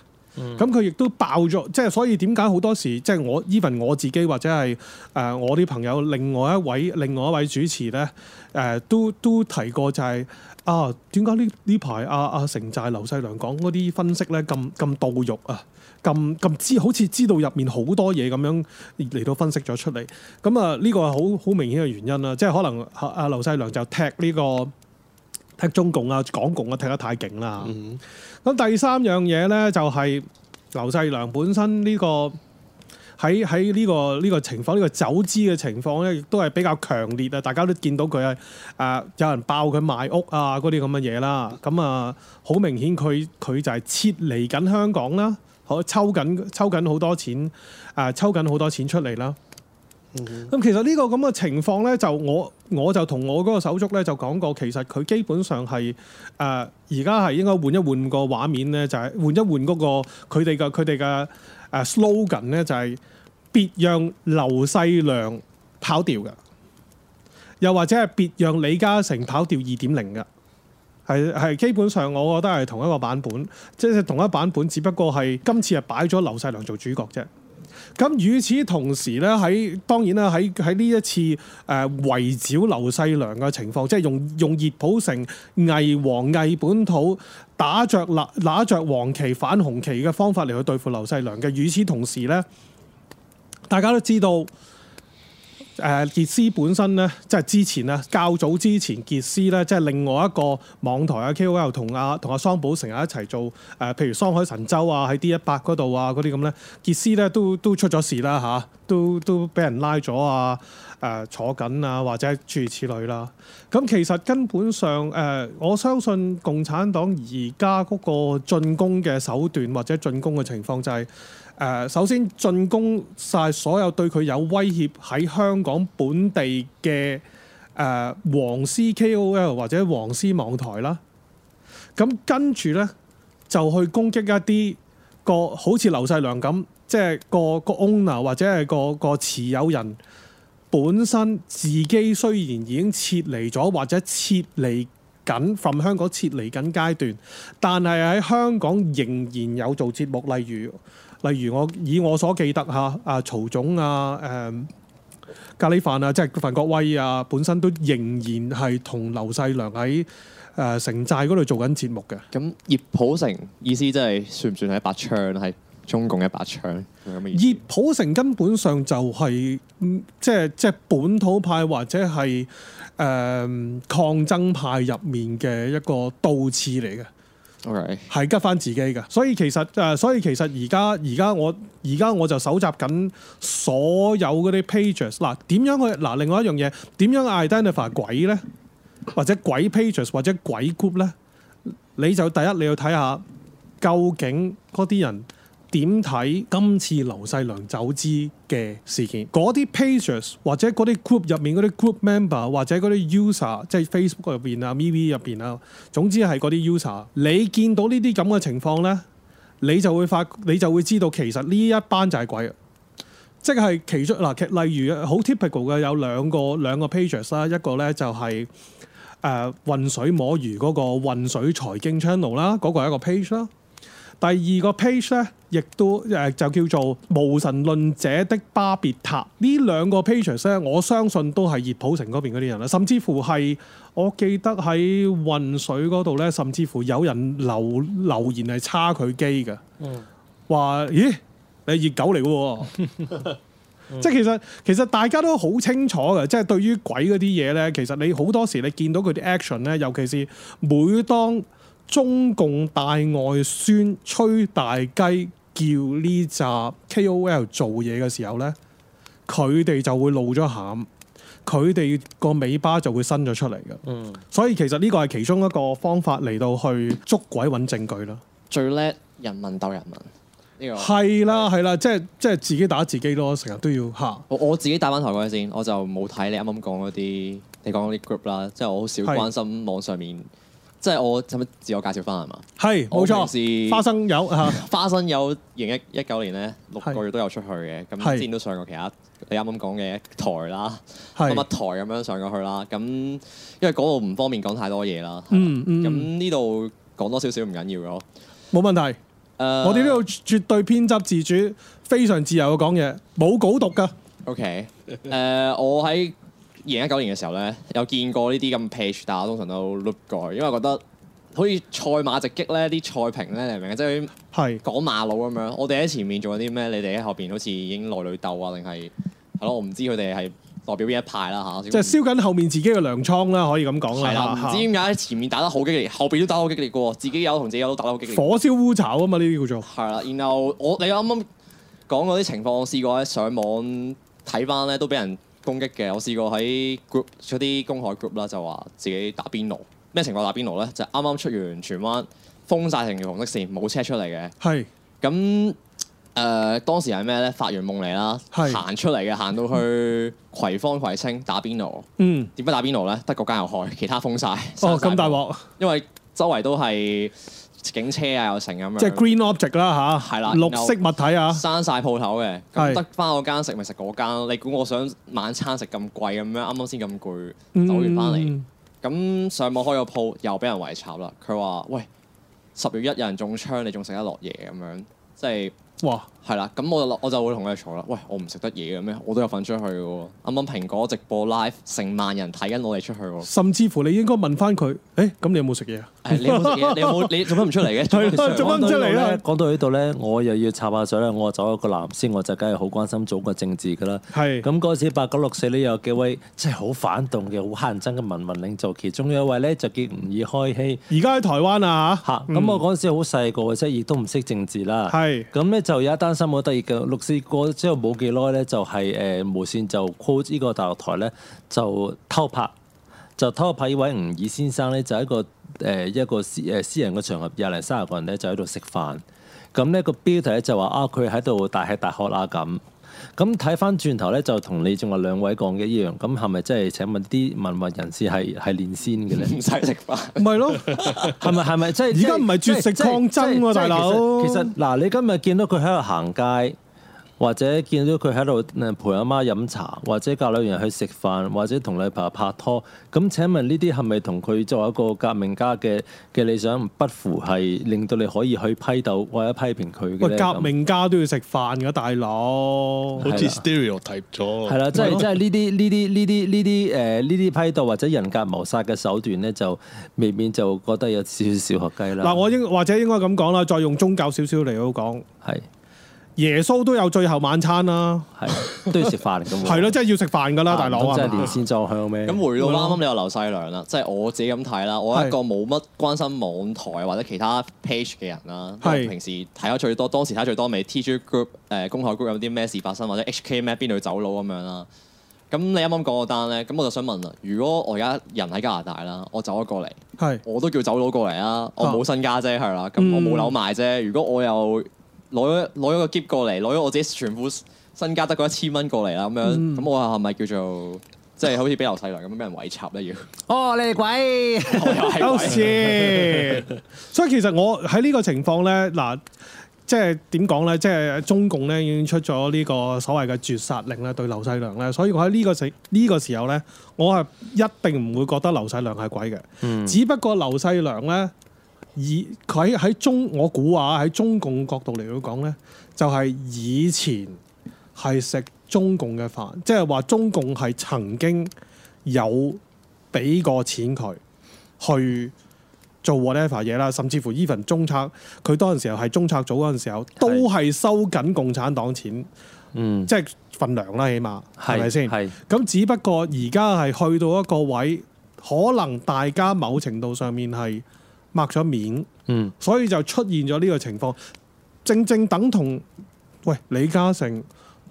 咁佢亦都爆咗，即係所以點解好多時即係我 even 我自己或者係誒、呃我啲朋友另外一位另外一位主持呢，誒、呃都都提過就係、啊點解呢呢排阿阿城寨劉世良講嗰啲分析呢咁咁到肉啊，咁咁知好似知道入面好多嘢咁樣嚟到分析咗出嚟，咁啊呢個係好好明顯嘅原因啦，即係可能阿阿劉世良就踢呢、個。踢中共啊、港共啊，踢得太勁啦！咁第三樣嘢呢，就係、劉世良本身呢、個喺喺呢個呢、個情況，呢、個走資嘅情況呢，亦都係比較強烈啊！大家都見到佢係誒啊有人爆佢賣屋啊嗰啲咁嘅嘢啦，咁啊好明顯佢佢就係撤離緊香港啦，可抽緊抽緊好多錢啊、抽緊好多錢出嚟啦。咁其實呢個咁嘅情況呢，就我我就同我嗰個手足呢，就講過，其實佢基本上係誒啊而家係應該換一換個畫面呢，就係、換一換嗰、個佢哋嘅佢哋嘅誒 slogan 呢，就係、別讓劉世良跑調嘅，又或者係別讓李嘉誠跑調二點零嘅。係係基本上我覺得係同一個版本，即係同一版本，只不過係今次係擺咗劉世良做主角啫。咁與此同時咧，喺當然啦，喺喺呢一次誒、呃、圍剿劉世良嘅情況，即係用用熱普城偽黃偽本土打着拿拿着黃旗反紅旗嘅方法嚟去對付劉世良嘅。與此同時咧，大家都知道。誒、呃傑斯本身咧，即係之前咧，較早之前傑斯咧，即係另外一個網台啊嘅 KOL 同阿同阿桑寶成日一齊做誒、呃譬如《桑海神州》啊，喺 D 一百嗰度啊，嗰啲咁咧，傑斯咧都都出咗事啦吓、都都俾人拉咗啊，誒、坐緊啊，或者諸如此類啦。咁其實根本上誒、呃我相信共產黨而家嗰個進攻嘅手段或者進攻嘅情況就係、誒、呃首先進攻晒所有對佢有威脅喺香港本地嘅誒、呃、黃絲 KOL 或者黃絲網台啦，咁跟住呢，就去攻擊一啲個好似劉世良咁，即係個個 owner 或者係個個持有人本身自己雖然已經撤離咗或者撤離緊 from 香港撤離緊階段，但係喺香港仍然有做節目，例如。例如我以我所記得嚇，啊曹總啊，誒、咖喱飯啊，即係范國威啊，本身都仍然係同劉世良喺誒、呃城寨嗰度做緊節目嘅。
咁葉普成意思即係算唔算係一把槍？係中共嘅一把槍係咪咁嘅意思
葉普成根本上就係、嗯即係即係本土派或者係誒、抗爭派入面嘅一個倒刺嚟嘅。
？OK，
係吉翻自己嘅。所以其實誒、呃所以其實而家而家我而家我就搜集緊所有嗰啲 pages 嗱，點樣去嗱？另外一樣嘢，點樣 identify 鬼咧，或者鬼 pages 或者鬼 group 咧？你就第一你要睇下究竟嗰啲人。點睇今次劉世良走資嘅事件？嗰啲 pages 或者嗰啲 group 入面嗰啲 group member 或者嗰啲 user，即係 Facebook 入邊啊、MeWe 入邊啊，總之係嗰啲 user，你見到呢啲咁嘅情況呢，你就會發，你就會知道其實呢一班就係鬼啊！即係其中嗱，其例如好 typical 嘅有兩個兩個 pages 啦，一個呢就係、誒、混水摸魚嗰個混水財經 channel 啦，嗰、個係一個 page 啦。第二個 page 咧，亦都誒、呃就叫做無神論者的巴別塔。呢兩個 pages 咧，我相信都係熱普城嗰邊嗰啲人啦，甚至乎係我記得喺混水嗰度咧，甚至乎有人留留言係叉佢機嘅，話、咦你熱狗嚟嘅喎。即係其實其實大家都好清楚嘅，即係對於鬼嗰啲嘢咧，其實你好多時你見到佢啲 action 咧，尤其是每當中共大外宣吹大雞叫呢扎 KOL 做嘢嘅時候咧，佢哋就會露咗餡，佢哋個尾巴就會伸咗出嚟嘅。嗯，所以其實呢個係其中一個方法嚟到去捉鬼揾證據啦。
最叻人民鬥人民 呢個。
係啦，哦係啦，即係即係自己打自己咯，成日都要嚇。
我我自己打翻台嗰陣先，我就冇睇你啱啱講嗰啲，你講嗰啲 group 啦，即係我好少
係
關心網上面，即係我使唔使自我介紹翻啊係嘛？
係冇
我平
錯，
時
花生油嚇。
花生有二零一一九年咧六
係
個月都有出去嘅，咁
係
之前都上過其他你啱啱講嘅台啦，乜
係
乜台咁樣上過去啦。咁因為嗰度唔方便講太多嘢啦，係啦
嗯嗯
咁呢度講多少少唔緊要嘅呃咯。
冇問題。
誒，
我哋呢度絕對編輯自主，非常自由嘅講嘢，冇稿讀噶。
OK，誒、 我喺二零一九年嘅時候咧，有見過呢啲咁 page，但我通常都 look 過去，因為我覺得好似賽馬直擊咧，啲賽評咧，你明唔明啊？即係
係
講馬佬咁樣，我哋喺前面做緊啲咩？你哋喺後邊好似已經內裏鬥啊，定係係咯？我唔知佢哋係代表邊一派啦吓，
即係燒緊後面自己嘅糧倉啦，可以咁講
係啦，
啦。
唔
嚇
知點解前面打得好激烈，後邊都打得好激烈嘅喎，自己有同自己有都打得好激烈。
火燒烏巢啊嘛，呢啲叫做
係啦，然後我你啱啱講嗰啲情況，我試過喺上網睇翻咧，都俾人攻擊嘅。我試過喺 group 嗰啲公海 group 啦，就話自己打邊爐。咩情況打邊爐咧？就啱啱出完荃灣，封晒成條紅色線，冇車出嚟嘅。
係
咁誒、呃、當時係咩咧？發完夢嚟啦，
係
行出嚟嘅，行到去葵芳葵青打邊爐。
嗯
點解打邊爐咧？得嗰間有開，其他封晒。
哦
閂晒
咁大
門，
鑊，
因為周圍都係警車啊，又成咁樣。
即係 green object 啦嚇，
係啦
綠色物體啊，
閂晒鋪頭嘅，
係
咁得翻嗰間食咪食嗰間咯。你估我想晚餐食咁貴咁樣，啱啱先咁攰，
嗯
走完翻嚟，咁上網開個鋪又俾人圍插啦。佢話：喂，十月一有人中槍，你仲食得落嘢咁樣，即係
哇！
係啦。咁我就我就會同佢哋嘈啦。喂，我唔食得嘢嘅咩？我都有份出去嘅喎。啱啱蘋果直播 live，成萬人睇緊我哋出去喎。
甚至乎你應該問翻佢，誒咁你有冇食嘢啊？
誒你有冇食嘢？你有冇你做乜唔出嚟 嘅？做乜唔上網
係啦做乜唔出嚟啦
講到呢度咧，我又要插下水啦。我走一個藍先，我就梗係好關心祖國政治噶啦。
係
咁嗰時八九六四呢，有幾位即係好反動嘅、好乞人憎嘅民運領袖，其中有一位咧就叫吳以開希
而家喺台灣啊
嚇。
嚇，
咁、我嗰陣時好細個嘅，即係亦都唔識政治啦。
係
咁啊咧就有一單新聞好得意嘅，六四過之後冇幾耐咧，就係、誒、無線就 quote 呢個大陸台咧就偷拍，就偷拍呢位吳爾先生咧，就喺一個誒、一個私誒私人嘅場合，廿零三十個人咧就喺度食飯。咁呢個標題咧就話啊，佢喺度大吃大喝啦咁。咁睇翻轉頭咧，就同你仲話兩位講嘅一樣，咁係咪真係請問啲民運人士係係練先嘅咧？
唔使食飯。
咪咯，
係咪係咪即係
而家唔係絕食抗爭喎
即係
大佬
即係其實嗱，你今日見到佢喺度呃行街，或者見到佢喺度誒陪阿媽飲茶，或者隔兩人去食飯，或者同女朋友拍拖，咁請問呢啲係咪同佢作為一個革命家嘅嘅理想不符，係令到你可以去批鬥或者批評佢嘅
喂
咧
革命家都要食飯㗎，大佬。
好
係
似
啦
stereotype 咗。
係啦，即係即係呢啲呢啲呢啲呢啲誒呢啲批鬥或者人格謀殺嘅手段咧，就未免就覺得有少少小學雞啦。
嗱，我應或者應該咁講啦，再用宗教少少嚟好講，
係
耶穌都有最後晚餐啦，
係都要食飯嚟㗎喎。
係咯，即係要食飯㗎啦，
啊
大佬
唔通真
啊
係，連線撞向咩？
咁回到啱啱你話劉細良啦，即係我自己咁睇啦，我一個冇乜關心網台或者其他 page 嘅人啦，我
係
平時睇得最多，當時睇得最多咪 TG Group 誒、公海 group 有啲咩事發生，或者 HK 咩邊度走佬咁樣啦。咁你啱啱講嗰單咧，咁我就想問啦，如果我而家人喺加拿大啦，我走咗過嚟，
係
我都叫走佬過嚟啊，我
啊
冇身家啫，係啦，咁
嗯
我冇樓賣啫。如果我又攞咗攞咗個 gift 過嚟，攞咗我自己全副身家得嗰一千蚊過嚟啦，咁樣，
嗯
咁、我係咪叫做即係好似俾劉細良咁樣俾人圍插咧？要
哦，你哋鬼！
我又係
有
圍
時，Oh, 所以其實我喺呢個情況咧，嗱，即係點講咧？即係中共咧已經出咗呢個所謂嘅絕殺令咧，對劉世良咧，所以我喺呢個時呢、個時候咧，我係一定唔會覺得劉世良係鬼嘅。只不過劉世良咧，以佢喺喺中我估啊，喺中共角度嚟講咧，就係、以前係食中共嘅飯，即係話中共係曾經有俾過錢佢。去做 whatever 嘢啦，甚至乎 even 中策，佢當陣時候係中策組嗰陣時候，都係收緊共產黨錢，
嗯，
即係份糧啦，起碼係咪先？
係
咁只不過而家係去到一個位，可能大家某程度上面係抹咗面，
嗯，
所以就出現咗呢個情況，正正等同喂李嘉誠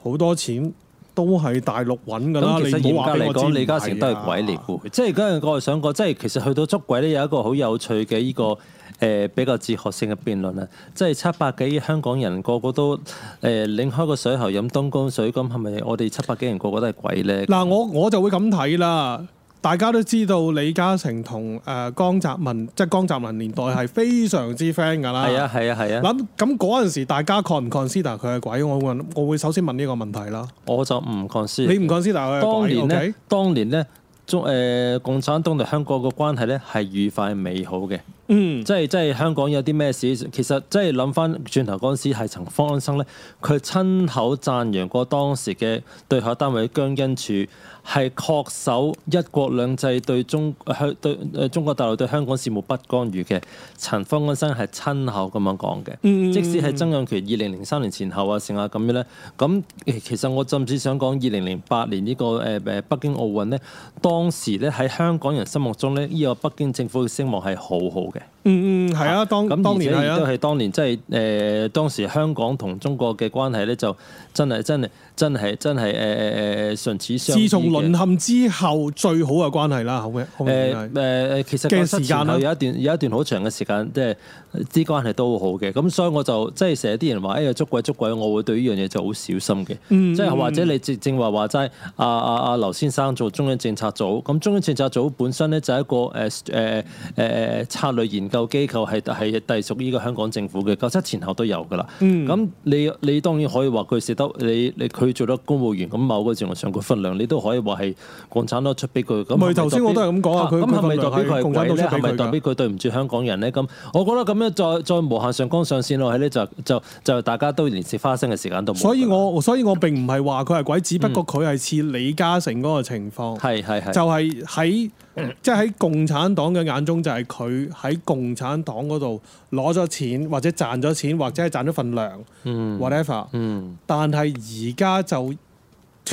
好多錢都係大陸揾㗎啦，
咁其實
你唔
嚴
好
格
話俾
嚟
我知
講，
唔
李嘉誠都係鬼嚟
係啊
嘅喎。即係嗰陣我係想講，即係其實去到捉鬼咧，有一個好有趣嘅呢個誒、呃比較哲學性嘅辯論啊。即係七百幾香港人個個都誒、呃、擰開個水喉飲東江水，咁係咪我哋七百幾人個個都係鬼咧？
嗱，我我就會咁睇啦。大家都知道李嘉誠同呃誒江澤民，即係江澤民年代係非常之 friend 㗎啦。
係啊，係啊，係啊，
嗱咁嗰陣時，大家 con 唔 consider 佢係鬼？我會問我會首先問呢個問題啦。
我就唔 c o n
你唔 consider 佢係
當
鬼
年
？OK，
咧，當年咧，中誒、呃共產黨同香港嘅關係咧係愉快美好嘅。
嗯，
即係即係香港有啲咩事，其實即係諗翻轉頭嗰陣時係陳方安生咧，佢親口讚揚過當時嘅對口單位姜恩柱係確守一國兩制對中香對誒中國大陸對香港事務不干預嘅。陳方安生係親口咁樣講嘅，即使係曾蔭權二零零三年前後啊，成啊咁樣咧，咁誒其實我甚至想講二零零八年呢、個誒誒、北京奧運咧，當時咧喺香港人心目中咧，呢、個北京政府嘅聲望係好好嘅。
嗯嗯，係啊，當
咁
當
而且
年係
亦都
啊，
係當年即係誒當時香港同中國嘅關係咧，就真係真係真係真係誒誒誒唇齒相依
自從
嘅
淪陷之後最好嘅關係啦，後尾後尾
誒
係
誒誒，其實
嘅
講失
時間
前後
啦
有一段有一段好長嘅時間，即係啲關係都好好嘅。咁所以我就即係成日啲人話，哎呀捉鬼捉鬼，我會對呢樣嘢就好小心嘅。
嗯
即係或者你正正話話齋，阿阿阿劉先生做中央政策組，咁中央政策組本身咧就係一個誒誒誒誒策略研究機構係係隸屬呢個香港政府嘅，九七前後都有噶啦。
嗯
咁你你當然可以話佢寫得你你佢做得公務員，咁某個程度上佢份量，你都可以話係共產黨出俾佢。咁係
咪
代表
頭先我都係咁講啊佢
咁係咪代表
佢份量
佢
係共產
係
黨
鬼咧？
出
係
俾佢㗎
咪代表佢對唔住香港人咧？咁我覺得咁樣再再無限上綱上線落去咧，就就就大家都連食花生嘅時間都冇㗎啦。
所以我所以我並唔係話佢係鬼，只不過佢係似李嘉誠嗰個情況。
係係係
就係喺即係喺共產黨嘅眼中，就係佢喺共產黨嗰度攞咗錢，或者賺咗錢，或者係賺咗份糧、
嗯
w h a t e v e r
嗯
但係而家就
個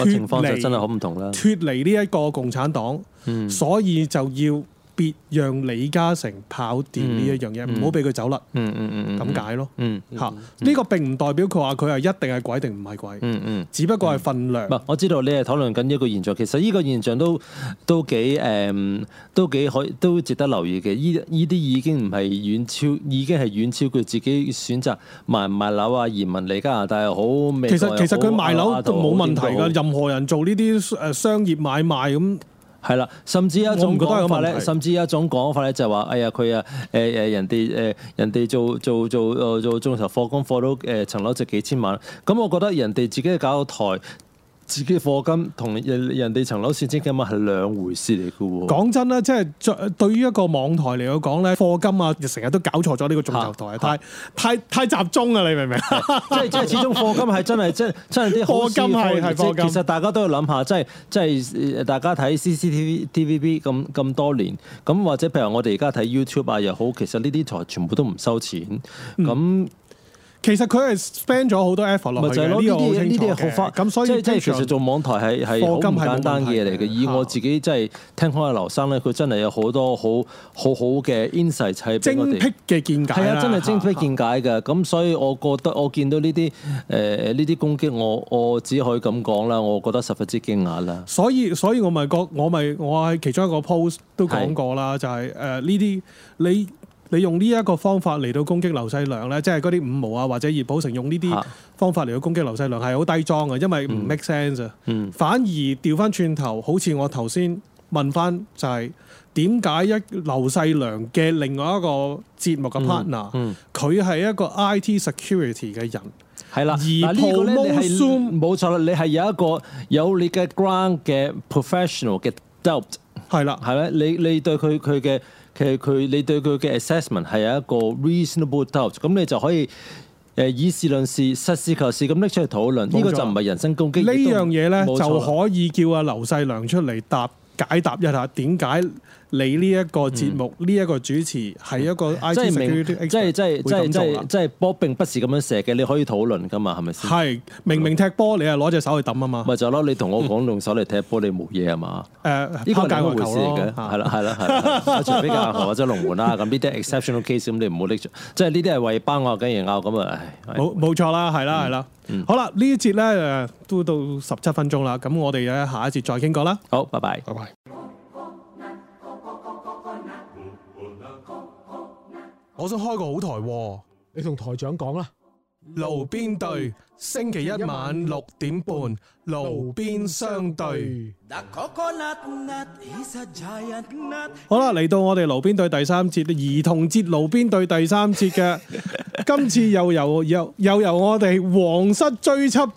脱
情況就真係好
離
唔同啦。
脱離呢一個共產黨，
嗯
所以就要別讓李嘉誠跑掂呢一樣嘢，
嗯
唔好俾佢走甩，
嗯嗯嗯嗯
咁解咯。
嗯
嚇，呢個並唔代表佢話佢係一定係鬼定唔係鬼，
嗯嗯。
只不過係份量
唔。係，我知道你係討論緊一個現象，其實呢個現象都都幾誒、嗯都幾可以都值得留意嘅。依依啲已經唔係遠超，已經係遠超佢自己選擇賣唔賣樓啊，移民嚟加拿大又好，美
其
國又好
實其實佢賣樓都冇問題
亞洲又
㗎，
好
任何人做呢啲誒商業買賣咁，
係啦，甚至有一
我
種
唔覺得有
講法
問
咧，
題
甚至有一種講法咧就係話，哎呀佢啊，誒誒人哋誒人哋做做做做做眾籌貨金貨到誒層樓值幾千萬，咁我覺得人哋自己搞個台，自己貨金同人人哋層樓四千幾萬係兩回事嚟嘅喎。
講真啦，即係作對於一個網台嚟講咧，課金啊，成日都搞錯咗呢個眾籌台啊，
嚇
太太太集中啊！你明唔明？
即係即係始終課金係真係真真係啲好
課金係
事
係
即係
課金
其實大家都要諗下，即係即係呃大家睇 CCTV、TVB 咁咁多年，咁或者譬如我哋而家睇 YouTube 啊又好，其實呢啲台全部都唔收錢，咁、
嗯其實佢係 spend 咗好多 effort 落
咪
去
就
嘅，
係咯，呢
呢個我
啲
好
呢
清楚
啲係
嘅。
好花，
咁所以
即係即係其實
Patreon
做網台係係好唔
課金係冇
簡單嘅嘢嚟嘅。
問題嘅
以我
嚇
自己即係聽開阿劉生咧，佢真係有好多好好好嘅 insight 係俾我
精
哋。
辟嘅見解
係
啦
啊，真係精
嚇
辟見解嘅。咁所以我覺得我見到呢啲誒呢啲攻擊，我我只可以咁講啦，我覺得十分之驚訝啦。
所以所以我咪覺我咪我喺其中一個 post 都講過啦，就係誒呃呢啲你你用呢一個方法嚟到攻擊劉世良咧，即係嗰啲五毛啊或者葉寶成用呢啲
嚇
方法嚟到攻擊劉世良係好低莊嘅，因為唔 make sense 啊。
嗯
反而調翻轉頭，好似我頭先問翻就係點解一劉世良嘅另外一個節目嘅 partner，
嗯，
佢係、一個 IT security 嘅人。
係啦。
而
嗱呢個咧，你
promotion-
係冇錯啦，你係有一個有你嘅 ground 嘅 professional 嘅 doubt。
係啦，
係咪？你你對佢佢嘅佢佢你對佢嘅 assessment 係有一個 reasonable doubt，咁你就可以誒以事論事、實事求是咁拎出去討論。呢個
冇錯
就唔係人身攻擊。
呢
亦都
樣嘢呢，
冇錯
就
啦
可以叫阿劉世良出嚟答解答一下點解你呢一個節目呢一個主持係一個 IT
嗯即係明，
security
即係即係
expert
即係
會咁
即
做啦啊
係即係波並不是咁樣射嘅，你可以討論噶嘛，係咪先？
係明明踢波，你係攞隻手去揼啊嘛，
咪就係咯，你同我講用手嚟踢波，你冇嘢係嘛？
誒
呢個
拋
係
界
另一
外
回
球
事嚟
咯
嘅，，
嚇
係啦係啦係啦係啦，除非教球或者龍門啦，咁呢啲係 exceptional case 咁你唔好拎出，即係呢啲係為班我跟人拗咁啊，唉
冇冇錯啦，係
嗯
啦係啦，好啦呢一節呢，誒都到十七分鐘啦，咁我哋咧下一節再傾過啦。
好，拜拜。
拜拜。
我想開個好台喎，
你同台長講啦，
路邊對，星期一晚六點半，路邊相對。
The coconut nut is a giant nut.
好啦，嚟到我哋路邊對第三節兒童節路邊對第三節 嘅，今次又由又又由我哋皇室追緝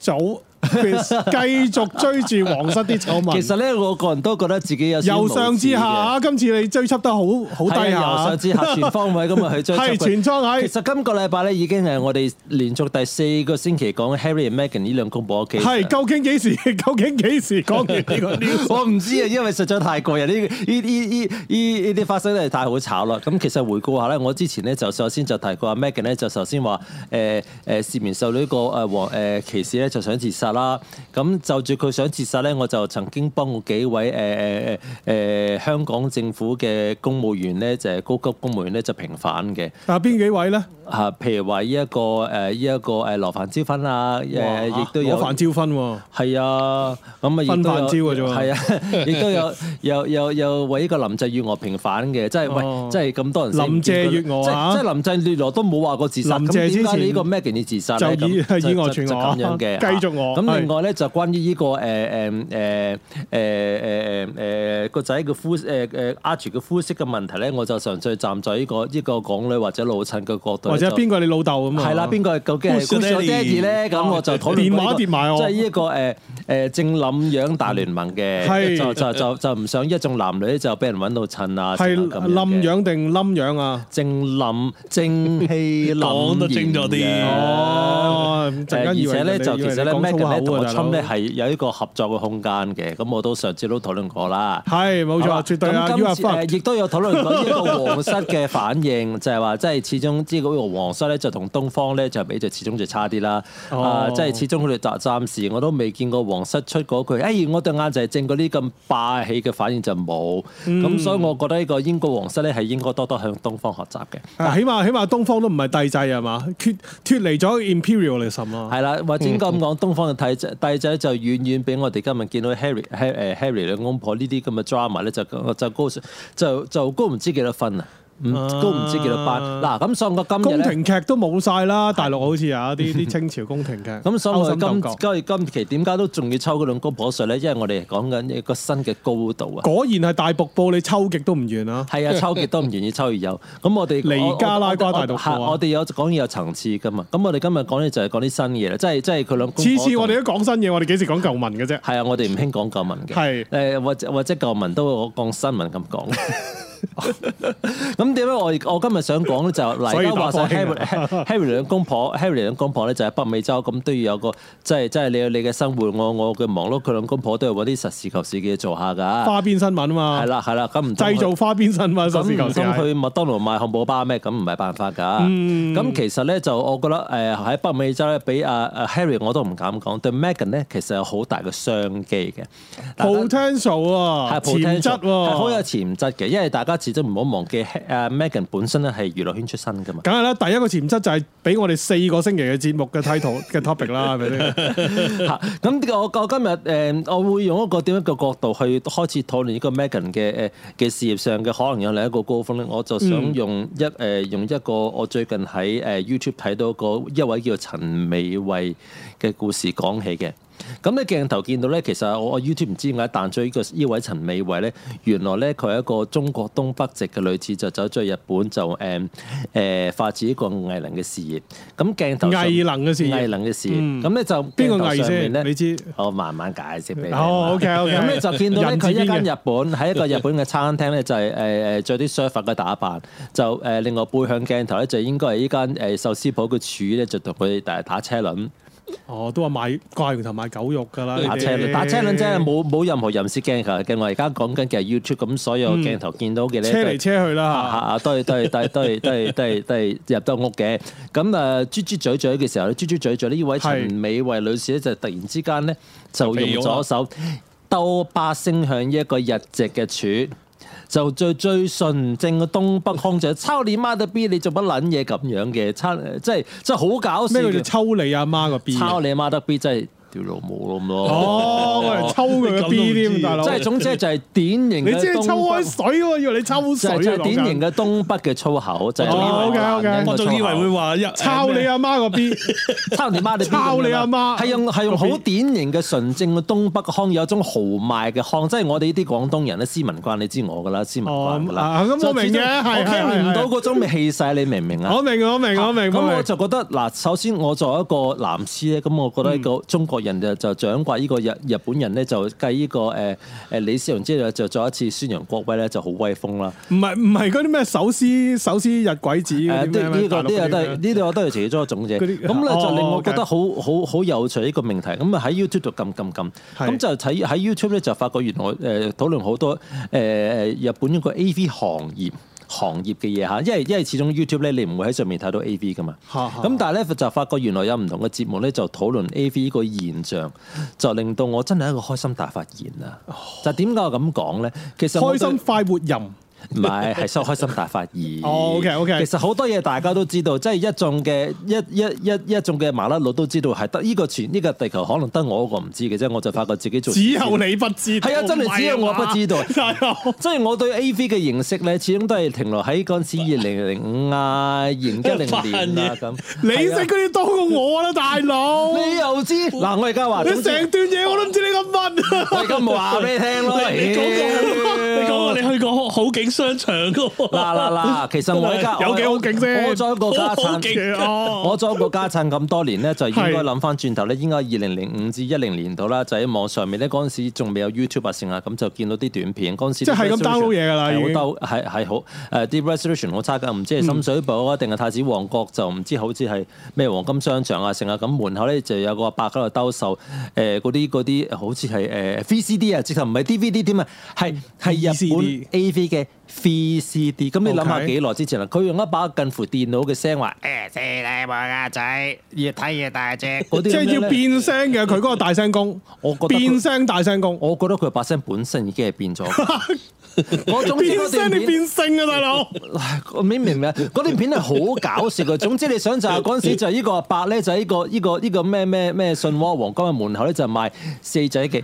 組繼續追住皇室啲醜聞。
其實咧，我個人都覺得自己有少少
由上至
無
下，今次你追緝得好好
知嘅，
低
係啊由
下
上，至下全方位咁啊去追
係
蹤佢
全裝
其
喺
實今個禮拜咧已經係我哋連續第四個星期講 Harry 同 Meghan 呢兩公婆嘅 case 啊啦
係究竟 幾時？究竟幾時講完呢個 news？
我唔知啊，因為實在太過癮，呢呢呢呢呢啲發生得係太好炒啦。咁其實回顧下咧，我之前咧就首先就提過阿 Megan 咧，就首先話誒誒涉嫌受呢個呃誒黃誒歧視咧，就想自殺啦。咁就住佢想自殺咧，我就曾經幫過幾位誒誒誒誒香港政府嘅公務員咧，就係高級公務員咧就平反嘅。
啊，邊幾位咧？
啊，譬如話呢一個誒呢一個誒羅凡招婚啊，誒
哇
亦都有
攞飯招分喎。
係啊，咁啊，亦都有
分飯焦嘅啫喎
係啊，亦都有有有有為呢個林鄭月娥平反嘅，即係
哦
喂，即係咁多人死
林鄭月娥
即係
啊
即係林鄭月娥都冇話過自殺，
林
咁
鄭之
點解
前
你呢個 Megan 要自殺咧
就以
咁
以訛傳
就就
訛
咁樣嘅，
繼續我
咁
係
另外咧就關於呢個誒誒誒誒誒誒個仔嘅膚誒誒阿住嘅膚色嘅問題咧，我就純粹站在呢個呢個港女或者老襯嘅角度，
或者
就
邊個係你老豆咁啊？
係啦，邊個究竟係
Who's your
公司有
daddy？
爹哋咧？咁我就討論
哦電話
過呢個
跌埋我嗯
即係呢一個誒誒正諗樣大聯盟嘅，
係
就就就就唔想一眾男女就俾人揾到襯啊，
係
成啊咁樣
冧
嘅
樣定冧樣啊？
正冧正 氣冧
講得精咗啲
然嘅
哦，
誒
陣間
而
以為
且咧
人哋
就
以
其
為
實
你
咧
講粗
Megan 咧
口
同
啊
我
大
Trump 咧
佬
係有一個合作嘅空間嘅，咁我都上次都討論過啦。
係冇
好啦
錯，絕對啊
咁
！You
今
are
次
fucked
誒亦都有討論過呢一個皇室嘅反應，就係話即係始終知嗰個皇室咧就同東方咧就比就始終就差啲啦。
哦
啊，即係始終佢哋暫暫時我都未見過皇室出嗰句，哎誒我對眼就係正嗰啲咁霸氣嘅反應就冇。咁所以我覺得呢個英國皇室咧係應該多多向東方學習嘅。
啊起碼起碼東方都唔係帝制係嘛？脱脱離咗 imperialism 啊！
係啦，或者應該咁講，東方嘅帝制帝制就遠遠比我哋今日見到 Harry Harry 誒 Harry 兩公婆呢啲咁嘅 drama 咧，就就高就就高唔知幾多分啊，唔高唔知幾多班。嗱，咁所以我今日
宮
咧。
廷劇都冇晒啦，大陸好似啊 啲啲清朝宮廷劇。
咁所以我
勾
哋
心鬥角
今今今期點解都仲要抽嗰兩公婆水咧？因為我哋講緊一個新嘅高度啊！
果然係大瀑布，你抽極都唔完啊！
係啊，抽極都唔願意抽而有。咁我哋
尼加拉瓜大
道
瀑布啊
我哋有講嘢有層次噶嘛。咁我哋今日講嘢就係講啲新嘢啦，即係即係佢兩公婆
次次我
同
哋都講新嘢，我哋幾時講舊文嘅啫？
係啊，我哋唔興講舊文嘅，
係
誒或者或者舊文都會講新聞咁講。 咁點解我我今日想講咧就係
所以
嗱，而家
打
話
啊
晒
火機
Harry Harry 兩公婆，Harry 兩公婆咧就喺北美洲，咁都要有個即係即係你有你嘅生活，我我嘅忙碌，佢兩公婆都要揾啲實事求是嘅嘢做下㗎。
花邊新聞啊嘛，
係啦係啦，咁唔通佢
製造花邊新聞，啊
咁
實事求
唔
是
通
係。嗯
去麥當勞賣漢堡包咩？咁唔係辦法㗎。咁、其實咧就我覺得誒喺、北美洲咧，俾阿阿 Harry 我都唔敢講，對 Megan 咧其實有好大嘅商機嘅。大家
potential 啊，
係
潛
potential，
質
係好有
喎，
潛質嘅，因為大家始終唔好忘記誒 Megan 本身咧係娛樂圈出身噶嘛。
梗係啦，第一個潛質就係俾我哋四個星期嘅節目嘅 title 嘅 topic 啦，係咪先？
嚇咁呢個我我今日誒，我會用一個點樣嘅角度去開始討論呢個 Megan 嘅誒嘅事業上嘅可能有另一個高峰咧，我就
嗯
想用一誒、用一個我最近喺誒 YouTube 睇到個一位叫陳美慧嘅故事講起嘅。咁咧鏡頭見到咧，其實我我 YouTube 唔知點解彈咗呢個呢位陳美慧咧，原來咧佢係一個中國東北籍嘅女子，就走咗去日本就誒誒、發展一個藝能嘅事業。咁鏡頭上
藝能嘅事業
藝能嘅事業。
嗯
咁咧就
邊個
鏡頭
藝
上面
先？
咧
你知？
我慢慢解釋俾你聽啦。
哦，OK，OK
咁咧就見到咧，
人字
佢一
邊嘅
間日本喺一個日本嘅餐廳咧，就係誒誒着啲 surfer 嘅打扮，就誒、另外背向鏡頭咧，就應該係呢間誒壽司鋪嘅廚咧，就同佢誒打車輪，
哦，都話賣掛羊頭賣狗肉㗎啦，
打
你
車
哋
輪，打車輪即係冇冇任何人視鏡頭嘅。我而家講緊嘅係 YouTube，咁所有鏡頭見到嘅咧。
嗯車嚟車去
啊啊
啦
啊！都係都係都係都係都係都係都係入得屋嘅。咁誒，豬豬嘴嘴嘅時候咧，豬豬嘴嘴呢位陳美惠女士咧，就突然之間咧就用左手兜巴星向一個日籍嘅柱。就最最純正嘅東北腔就係抄你媽的 B，你做乜撚嘢咁樣嘅？抄即係即係好搞
嚇，
笑
咩叫做
嘅。
抽你阿媽個 B？啊
抄你媽的 B 真係屌老母咁咯。
哦，我嚟抽佢個 B 添，大佬
即。係總之就係典型
你
嘅
知你抽
東
開
北
水喎，以為你抽
就
水啊！
係就係典型
嘅，
嘅東北嘅粗口，就係
哦，OK，OK
我仲以為會
會
話一
抄你啊阿 媽個 B，
抄你媽你邊
抄你阿媽
係用係用
個邊
好典型嘅純正嘅東北腔，有一種豪邁嘅腔，即係我哋呢啲廣東人咧，斯文慣你知我㗎啦，斯文慣㗎
哦啊
啦，
咁我明
就始
嘅
終
係係
我
係
carry
係
唔到嗰種氣勢，你明唔明啊？
我明我明我明
咁
我
我
明。
就覺得嗱，首先我作為一個男師咧，咁我覺得
嗯
個中國人就就掌摑呢個日日本人咧，就繼呢個誒誒李小龍之後，就再一次宣揚國威咧，就好威風啦。
唔係唔係嗰啲咩手撕手撕日鬼子嗰
誒
啲咩
呢
咩
呢
大
個
陸
呢個都係
嗰啲
呢啲我都係其中一種啫。
嗰
咁
啲
咧
哦
就令
哦
我覺
，OK
得好好好有趣呢個命題。咁啊喺 YouTube 度撳撳撳，
係
咁就睇喺 YouTube 咧就發覺原來誒討論好多誒誒日本一個 AV 行業行業嘅嘢嚇，因為因為始終 YouTube 咧你唔會喺上面睇到 AV 噶嘛。
嚇嚇
咁但係咧就發覺原來有唔同嘅節目咧就討論 AV 呢個現象，就令到我真係一個開心大發現啊！就點解我咁講咧？其實我
哦開
對
心快活淫，
唔係，係收開心大法二。
哦，OK，OK
其實好多嘢大家都知道，即係一眾嘅一一一一眾嘅麻甩佬都知道係得呢個全呢、個地球可能得我一個唔知嘅啫，我就發覺自己做
只有你不知 道，
係啊真係
唔嘛
只有我不知道
大佬
啊
即係我對 A.V. 嘅認識咧，始終都係停留喺嗰陣時二零零五啊、二零一零年啊咁。
你
係
識
啊
嗰啲多過我啦，大佬。
你又知嗱？我而家話，
你
總之
成段嘢我都唔知你咁問啊
我而家冇話俾你聽咯。
你你講過，你講過你去過好景商場噶喎。
嗱嗱嗱，其實我依家
有幾好勁啫
我作為一個家
好好勁
產，
嘅哦。
我作為一個家產咁多年咧，就應
係
該諗翻轉頭咧，應該二零零五至一零年度啦，就喺網上面咧嗰陣時仲未有 YouTube 啊成啊，咁就見到啲短片嗰陣時
即係係咁
resolution
download 嘢㗎啦已經嗯
係好 down- 係係好誒啲 resolution 好差㗎，唔知係深水埗啊定係太子旺角就唔知好似係咩黃金商場啊成啊，咁門口咧就有個阿伯喺度兜售誒嗰啲嗰啲好似係誒 VCD 啊，直頭唔係 DVD 添啊，係係日本
VCD
AV 嘅 VCD，咁你諗下
OK
幾耐之前啦？佢用一把近乎電腦嘅聲話： 誒，死你我家仔，越睇越大隻。嗰啲
即
咁樣
係
咧
要，變聲嘅，佢嗰個大聲公，
我覺得佢
變聲大聲公，
我覺得佢把聲本身已經係 變咗。我總之
變
嗰段
聲你
片，
變聲啊，大佬。
我明唔明啊？嗰段片係好搞笑嘅。總之你 想就係嗰陣時就係呢個阿伯咧，就係呢個呢個呢個咩咩咩信和黃金嘅門口咧，就賣四仔嘅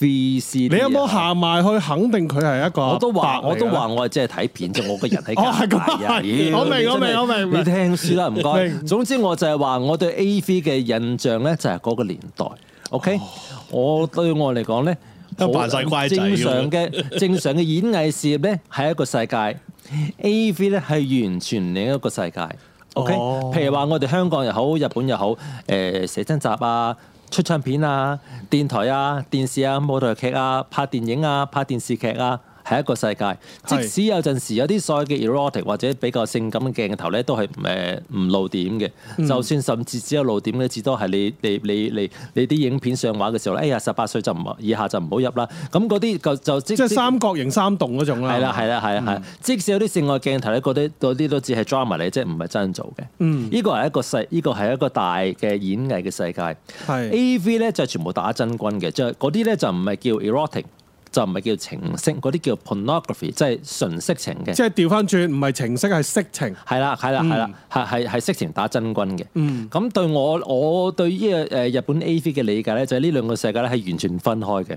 VCD 啊。
你有冇行埋去肯定佢係一個
我都話
話，
我都話我係即係睇片啫，我個人喺
哦係
隔
咁
離啊！
係我明我明我明
你聽書啦，唔該。
明
總之我就係話我對 A.V. 嘅印象咧，就係嗰個年代。OK，我
哦
對我嚟講咧，
都扮晒乖仔
正
咁
常嘅正常嘅演藝事業咧係一個世界，A.V. 咧係完全另一個世界。OK，譬如話我哋香港又好，日本又好，誒寫真集啊。出唱片啊、電台啊、電視啊、舞台劇啊、拍電影啊、拍電視劇啊，係一個世界。即使有陣時有啲所謂嘅 erotic 或者比較性感嘅鏡頭咧，都係誒唔露點嘅。
嗯
就算甚至只有露點咧，至多係你你你你你啲影片上畫嘅時候咧，哎呀十八歲就唔以下就唔好入啦。咁嗰啲就就即
即係三嗯角形三棟嗰種啊啦。
係啦，係啦，係啦，係啦。即使有啲性愛鏡頭咧，嗰啲嗰啲都只係 drama 嚟，即係唔係真做嘅。嗯，依個係一個世，依個係一個大嘅演藝嘅世界。
係
A.V. 咧就全部打真軍嘅，就嗰啲咧就唔係叫 erotic，就唔係叫情色，嗰啲叫 pornography，即係純色情嘅
即。係調翻轉，唔係情色係色情。
係啦，係啦，係啦，係係係色情打真軍嘅。嗯，咁對我我對呢個呃誒日本 A.V. 嘅理解咧，就係呢兩個世界咧係完全分開嘅。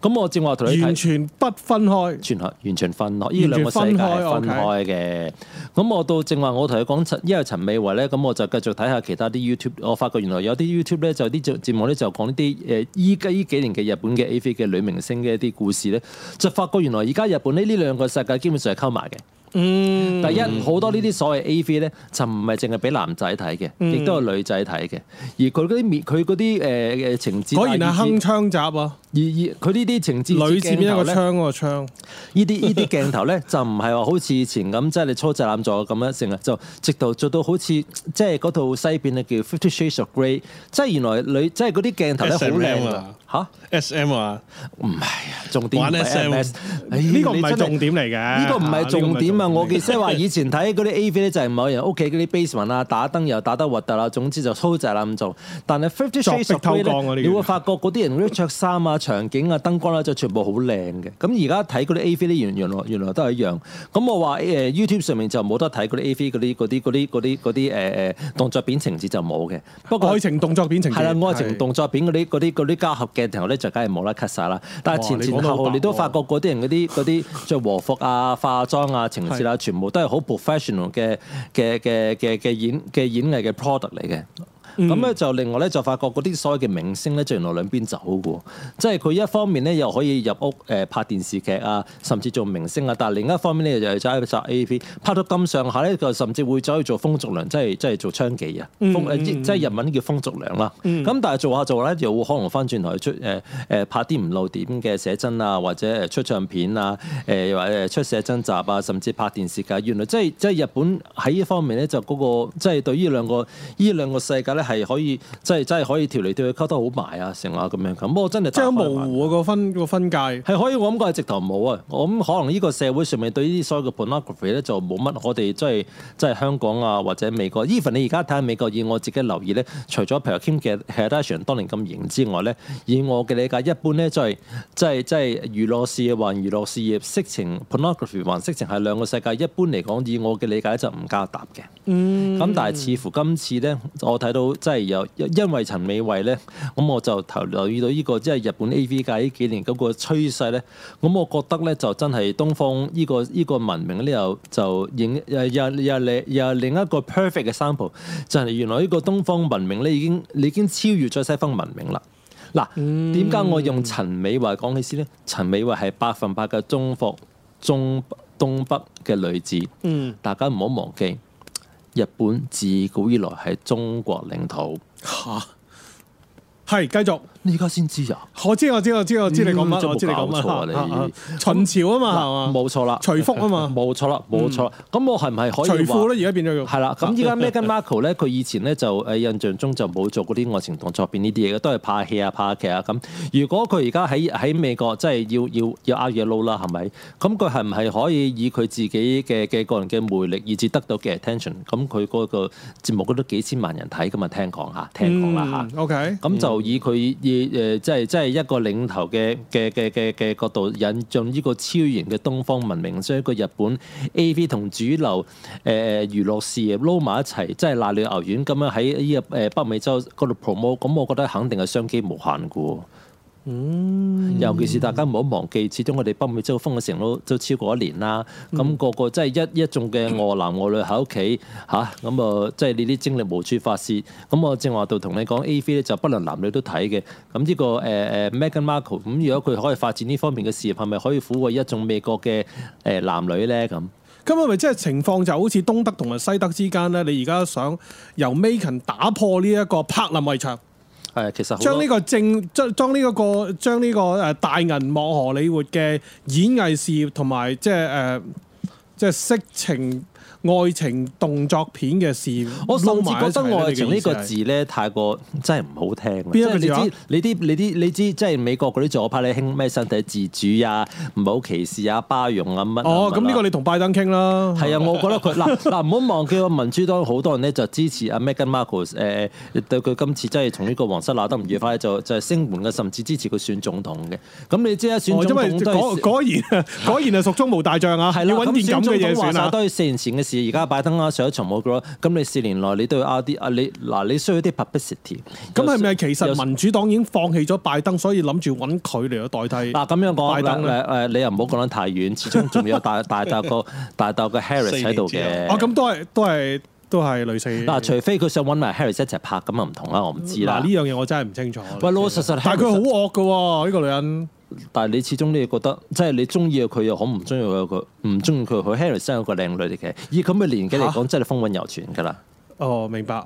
咁我正話同你睇
完。全不分開。
全係完全分開，呢兩個世界係分開嘅。咁我到正話，我同佢講陳，因為陳美惠咧，咁我就繼續睇下其他啲 YouTube。我發覺原來有啲 YouTube 咧，就有啲節節目咧就講呢啲誒依家依幾年嘅日本嘅 AV 嘅女明星嘅一啲故事咧，就發覺原來而家日本呢呢兩個世界基本上係溝埋嘅。
嗯
第一好多呢啲所謂 A.V. 咧，就唔係淨係俾男仔睇嘅，
嗯
亦都有女仔睇嘅。而佢嗰啲面，佢嗰啲誒誒情節啊，
果然係鏗
以
槍閘啊！
至而而佢呢啲情節
女字邊一
鏡頭
個
咧
槍嗰個槍，
呢啲呢啲鏡頭咧就唔係話好似以前咁，即係你粗製濫造咁樣成日就直到做到好似即係嗰套西片咧叫《Fifty Shades of Grey》，即係原來女即係嗰啲鏡頭咧好
S&M
靚
啊
啊嚇，
S.M. 啊，
重點唔
玩
係
SM
MS，唉
呢個唔係。
你真
重點嚟嘅。
呢個唔係重點啊！
呢個唔
我嘅
係重
意
點
思係話，以前睇嗰啲 A.V. 咧就係某人屋企嗰啲 basement 啊，打燈又打得核突啦，總之就粗製濫造。但係 Fifty
作
Shades
壁
of
偷
Grey
光啊呢
咧，
啲
你會發覺嗰啲人嗰啲著衫啊、場景啊、燈光咧就全部好靚嘅。咁而家睇嗰啲 A.V. 咧，原原來原來都係一樣。咁我話誒 YouTube 上面就冇得睇嗰啲 A.V. 嗰啲嗰啲嗰啲嗰啲嗰啲誒誒動作片情節就冇嘅。不過
愛情動作片情節
係啦，愛情動作片嗰啲嗰啲嗰啲加合鏡頭咧，就梗係冇得 cut 晒啦。但係前前後後
哇你講得好白喎
你都發覺嗰啲人嗰啲嗰啲着和服啊、化妝啊、情節啊，全部都係好 professional 嘅嘅嘅嘅嘅演嘅演藝嘅 product 嚟嘅。
嗯
咁咧就另外咧就發覺嗰啲所謂嘅明星咧，就原來兩邊走嘅喎，即係佢一方面咧又可以入屋誒、呃拍電視劇啊，甚至做明星啊，但係另一方面咧又就係拍 A P，拍到咁上下咧，就甚至會走去做風俗娘，即係即係做娼妓啊，
嗯
風呃即係日文叫風俗娘啦。咁、但係做下做下咧，又會可能翻轉頭去出誒誒、呃拍啲唔露點嘅寫真啊，或者誒出唱片啊，誒又或者出寫真集啊，甚至拍電視劇。原來即係即係日本喺呢方面咧，就嗰、個即係對呢兩個呢兩個世界咧。係可以即係真係可以條嚟條去溝得好埋啊，成啊咁樣咁。我真係
即係
打開
好模
眼
糊啊個分個分 界。
係可以，我諗講係直頭冇啊！我諗可能呢個社會上面對呢啲所有嘅 pornography 咧就冇乜，我哋即係即係香港啊或者美國，even 你而家睇下美國，以我自己留意咧，除咗譬如 Kim 嘅 Kardashian 當年咁型之外咧，以我嘅理解，一般咧就係即係即係娛樂事業還娛樂事業，色情 pornography 還色情係兩個世界。一般嚟講，以我嘅理解就唔交搭嘅。咁但係似乎今次咧，我睇到即係有因為陳美惠咧，咁我就頭留意到呢、個即係日本 A.V. 界呢幾年嗰個趨勢咧，咁我覺得咧就真係東方呢、個呢、個文明呢，又就影又又又另又另一個 perfect 嘅 sample，就係原來呢個東方文明咧已經你已經超越咗西方文明啦。嗱，點解我用陳美惠講起先咧？陳美惠係百分百嘅中國中東北嘅女子，
嗯，
大家唔好忘記。日本自古以來係中國領土，
係繼續。
你而家先知啊？
我知我知我知我知你講
嗯
乜，
真係冇
我知你講乜
搞錯啊你
啊啊秦朝啊嘛係嘛，
冇錯啦，
徐福啊嘛，
冇錯啦，冇錯啦。咁我係唔係可
徐
以話
富咧而家變咗叫
係啦，咁依家 Meghan Markle 咧，佢以前咧就誒印象中就冇做嗰啲愛情動作片呢啲嘢嘅，都係拍戲啊、拍劇啊咁。如果佢而家喺喺美國，即係要要要呃嘢撈啦，係咪？咁佢係唔係可以以佢自己嘅嘅個人嘅魅力，以至得到嘅 attention？咁佢嗰個節目都幾千萬人睇噶嘛，聽講嚇，聽講啦嚇。
嗯，OK，
咁就以佢以誒即係即係一個領頭嘅嘅嘅嘅嘅角度引進呢個超然嘅東方文明，將一個日本 A.V. 同主流誒、呃、娛樂事業撈埋一齊，即係瀨尿牛丸咁樣喺呢個誒北美洲嗰度 promote，咁我覺得肯定係商機無限嘅喎。尤其是大家唔好忘記，始終我哋北美洲封嘅城都都超過一年啦。咁、個個真係一一眾嘅餓男餓女喺屋企吓，咁啊，即係呢啲精力無處發泄。咁我正話度同你講 A V 咧，就不論男女都睇嘅。咁呢、個誒誒、呃 Meghan Markle，咁如果佢可以發展呢方面嘅事業，係咪可以撫慰一眾美國嘅誒男女咧？咁
咁係咪即係情況就好似東德同埋西德之間咧？你而家想由 Macon 打破呢一個柏林圍牆，
誒，其實好多
將呢個正將將呢一個將呢個誒大銀幕荷里活嘅演藝事業同埋即係誒即係色情愛情動作片嘅事業
我甚至
撈埋
覺
一齊咧
得愛情呢個
你嘅意思係
字咧，太過真係唔好聽啊。
邊一個
即
字
係
啊
你知你啲你啲你知，即係美國嗰啲左派咧，興咩身體自主啊，唔好歧視啊，包容啊乜啊。
哦，咁呢個
你
你同拜登傾啦。
係啊，我覺得佢嗱 嗱唔好忘記喎，民主黨好多人咧就支持阿 Meghan Markle 誒、呃、對佢今次真係同呢個皇室鬧得唔愉快，就就係聲援嘅，甚至支持佢選總統嘅。咁你知啦，啊選
哦，因
總
為
統都
果
係。
果然 果然係蜀中無大將啊，
係啦，
要揾
咁
件
選
咁嘅
總
嘢
統話
選
晒
啊
都。係四年前嘅事，而家拜登啦上咗場冇咗，咁你四年內你都要 R D 啊你嗱你需要啲 publicity，
咁係咪其
有
實民主黨已經放棄咗拜登，所以諗住揾佢嚟到代替？
嗱咁樣講
拜
嗱
登咧
誒誒你又唔好講得太遠，始終仲有 大大大個大大個 Harris 喺度
四
嘅
年。
哦，咁都係都係都係類似。
嗱，除非佢想揾埋 Harris 一齊拍，咁啊唔同啦，我唔知啦
嗱呢。樣嘢我真係唔清楚。
喂，老老實實，
但係佢好，惡㗎喎，呢個女人。
但係你始終你覺得，即係你中意佢又好，唔中意佢又佢唔中意佢，佢 Harris 真係個靚女嚟嘅。以咁嘅年紀嚟講，真係風韻猶存㗎啦。
哦，明白。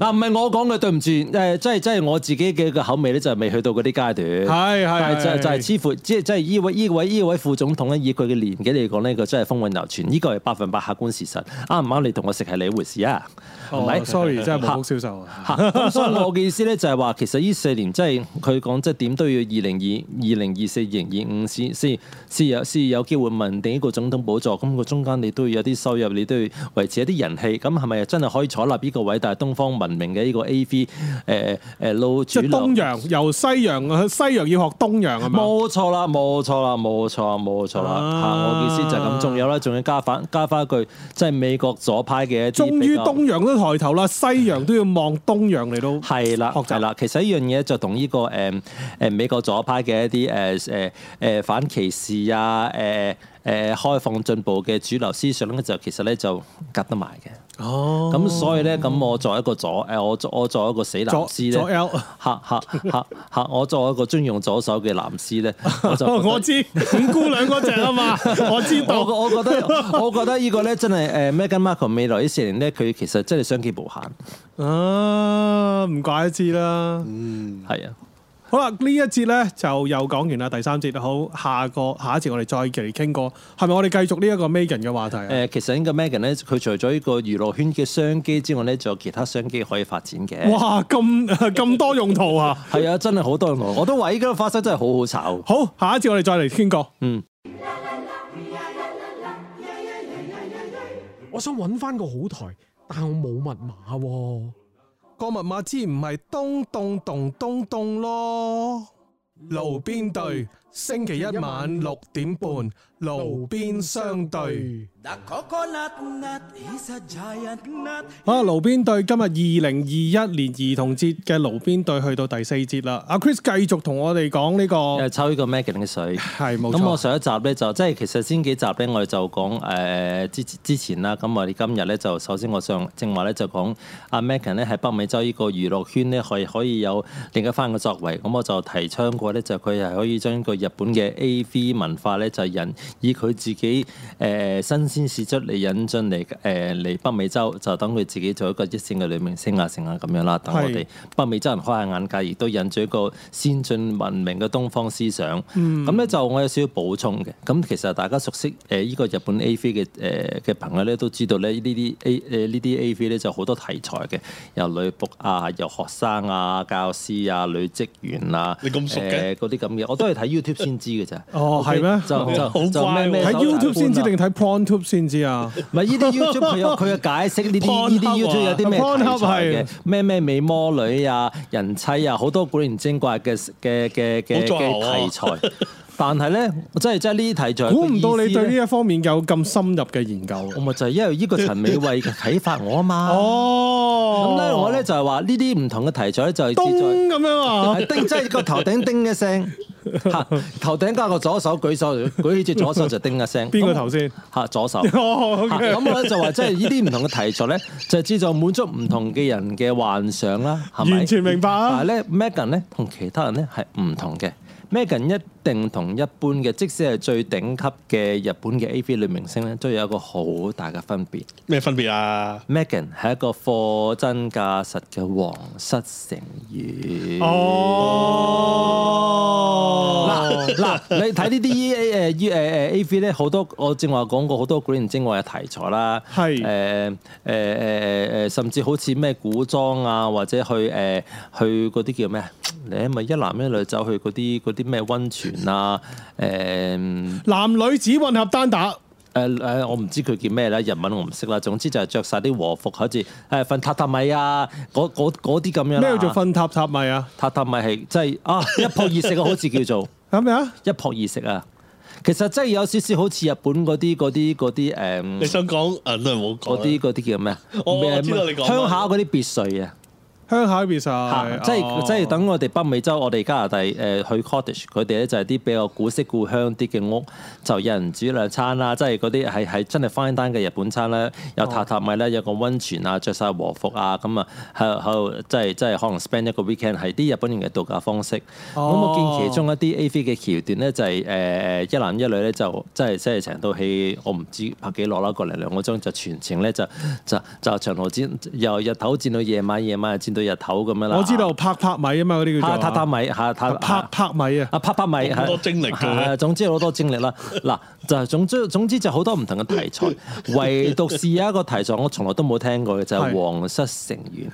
嗱，啊唔係我講嘅，對唔住，誒，即係即係我自己嘅個口味咧，就係未去到嗰啲階段。
係
但
係
係就就係似乎即係即係依位依位依位副總統咧，以佢嘅年紀嚟講呢佢真係風韻猶存，呢個係百分百客觀事實。啱唔啱你同我食係你回事啊？係咪
哦，sorry，真係無福消受啊。
嚇咁所以我嘅意思咧就係話，其實呢四年即係佢講，即係點都要二零二二零二四、二零二五先先先有先有機會問定呢個總統寶座。咁個中間你都要有啲收入，你都要維持一啲人氣。咁係咪真係可以採納呢個偉大東方文明嘅呢個 A V 誒誒路
即
主
係
流
東洋由西洋，西洋要學東洋係咪？
冇錯啦，冇錯啦，冇錯冇錯啦嚇！
啊
我嘅意思就係咁，仲有啦，仲要加翻加翻一句，即係美國左派嘅一啲
終
比
於
較
東洋都抬頭啦，西洋都要望東洋嚟到。
係啦，
學習
係啦。其實呢樣嘢就同呢、個誒誒美國左派嘅一啲誒誒誒反歧視啊誒誒開放進步嘅主流思想咧，就其實咧就夾得埋嘅。
哦，
咁所以咧，咁我作為一個左誒，我作我作為一個死藍
左
絲
左
咧，
L。
嚇嚇嚇嚇！我作為一個專用左手嘅藍絲 咧，我就覺得
哦我知五姑娘嗰只啊嘛， 我知
我
道。
我覺得我覺得呢個咧真係誒 Meghan Markle 未來呢四年咧，佢其實真係商機無限，嗯
啊，唔怪得知啦。
係啊。
好啦，呢一節咧就又講完啦，第三節好，下個下一節我哋再嚟傾過，係咪我哋繼續呢一個 Megan 嘅話題啊？
誒，呃其實呢個 Megan 咧，佢除咗呢個娛樂圈嘅商機之外咧，仲有其他商機可以發展嘅。
哇，咁 咁多用途啊！
係啊，真係好多人來我都話依家花生真係好好炒。
好，下一節我哋再嚟傾過。
我想揾翻個好台，但我冇密碼喎。
個密碼之唔係東東東東東咯。路邊對，星期一晚六點半，路邊相對。
The coconut nut is a giant nut.
好啦，路邊隊今日二零二一年兒童節嘅路邊隊去到第四節啦。阿 Chris 繼續同我哋講呢個
誒，抽呢個 Megan 嘅水。
係冇
咁我
錯，
上一集咧就即係其實先幾集咧，我哋就講誒、呃之之前啦。咁我哋今日咧就首先我上正話咧就講阿 Megan 咧喺北美洲呢個娛樂圈咧係可以有另一番嘅作為。咁我就提倡過咧，就佢係可以將個日本嘅 AV 文化咧就引以佢自己誒、呃新鮮事出嚟引進嚟誒嚟北美洲，就等佢自己做一個一線嘅女明星啊，成啊咁樣啦。等我
係
哋北美洲人開下眼界，亦都引住一個先進文明嘅東方思想。
嗯
咁咧、就我有少少補充嘅。咁其實大家熟悉誒依、個日本 A V 嘅誒嘅朋友咧，都知道咧呢啲 A 誒呢啲 A V 咧就好多題材嘅，由女僕啊，由學生啊、教師啊、女職員啊，
你咁熟
誒
嘅
嗰啲咁嘅，我都係睇 YouTube 先知嘅咋。
哦
OK，
係咩
就
好
就就咩
乖喎
咩
睇
手提
YouTube 先知
罐啊
定睇 PornTube 先知啊？
唔係呢啲 YouTube 佢有佢嘅解釋，呢啲
Pornhub 啊
呢啲 YouTube 有啲咩題
Pornhub
材
係
嘅？咩咩美魔女啊、人妻啊，好多古靈精怪嘅嘅嘅嘅
好作
嘅
牛
題
啊
材。但係咧，真係真係呢啲題材，
估唔到你對
呢，
呢一方面有咁深入嘅研究。
我咪就係因為呢個陳美惠嘅啟發我啊嘛。 咁
哦，
咧，我咧就係話呢啲唔同嘅題材咧，就係
咚
志在。
咁樣啊！
係叮，即係個頭頂叮一聲，嚇頭頂加個左手舉手，舉起隻左手就叮一聲。
邊個頭先？
嚇左手。
哦
嚇
，OK，
咁我咧就話，即係呢啲唔同嘅題材咧，就係旨在滿足唔同嘅人嘅幻想啦，係咪？
完全明白啊
但係咧，Megan 咧同其他人咧係唔同嘅。Megan 一定同一般嘅，即使係最頂級嘅日本嘅 AV 女明星咧，都有一個好大嘅分別。
咩分別啊？
Megan 係一個貨真價實嘅皇室成員。
哦，
嗱嗱，你睇呢啲誒誒 A 誒 A V 咧，好多我正話講過好多古靈精怪嘅題材啦，
係
誒誒誒誒誒，甚至好似咩古裝啊，或者去誒、呃去嗰啲叫咩啊？你係咪一男一女走去嗰啲嗰啲咩温泉啊？誒、
男女子混合單打，
誒誒，我唔知佢叫咩啦，日文我唔識啦。總之就係着晒啲和服，好似誒瞓榻榻米啊，嗰嗰嗰啲咁樣啦。
咩叫做瞓塔塔米啊？
榻榻米係即係啊一撲二食啊，好似叫做。
係咪啊？
一撲二食啊！其實真係有少少好似日本嗰啲嗰啲嗰啲
嗯
你
誒
想講啊？都係冇講
嗰
啦。
啲嗰啲叫咩啊？
我我
咩
知道你講乜
鄉下嗰啲別墅啊！
鄉下別
嚇
晒，
即
哦
係即係等我哋北美洲，我哋加拿大誒、呃去 cottage，佢哋咧就係啲比較古色古香啲嘅屋，就有人煮兩餐啦，即係嗰啲係係真係 fine d 嘅日本餐啦，有
哦
榻榻米啦，有個温泉啊，着晒和服啊，咁啊喺喺度即係即係可能 spend 一個 weekend 係啲日本人嘅度假方式。咁、
哦
我見其中一啲 A.V. 嘅橋段咧就係、誒誒一男一女咧就即係即係成套戲我唔知拍幾耐啦，個零兩個鐘就全程咧就就就長途戰，由日頭戰到夜晚，夜晚又戰到日頭咁樣啦。
我知道拍拍米啊嘛，嗰
嚇
啲叫做
榻榻米嚇榻
拍
啊
拍米啊，
啊拍拍米
好多精力嘅
係啊總之好多精力啦。嗱就總之總之就好多唔同嘅題 材，唯獨是有一個題材我從來都冇聽過嘅就係
係
皇室成員。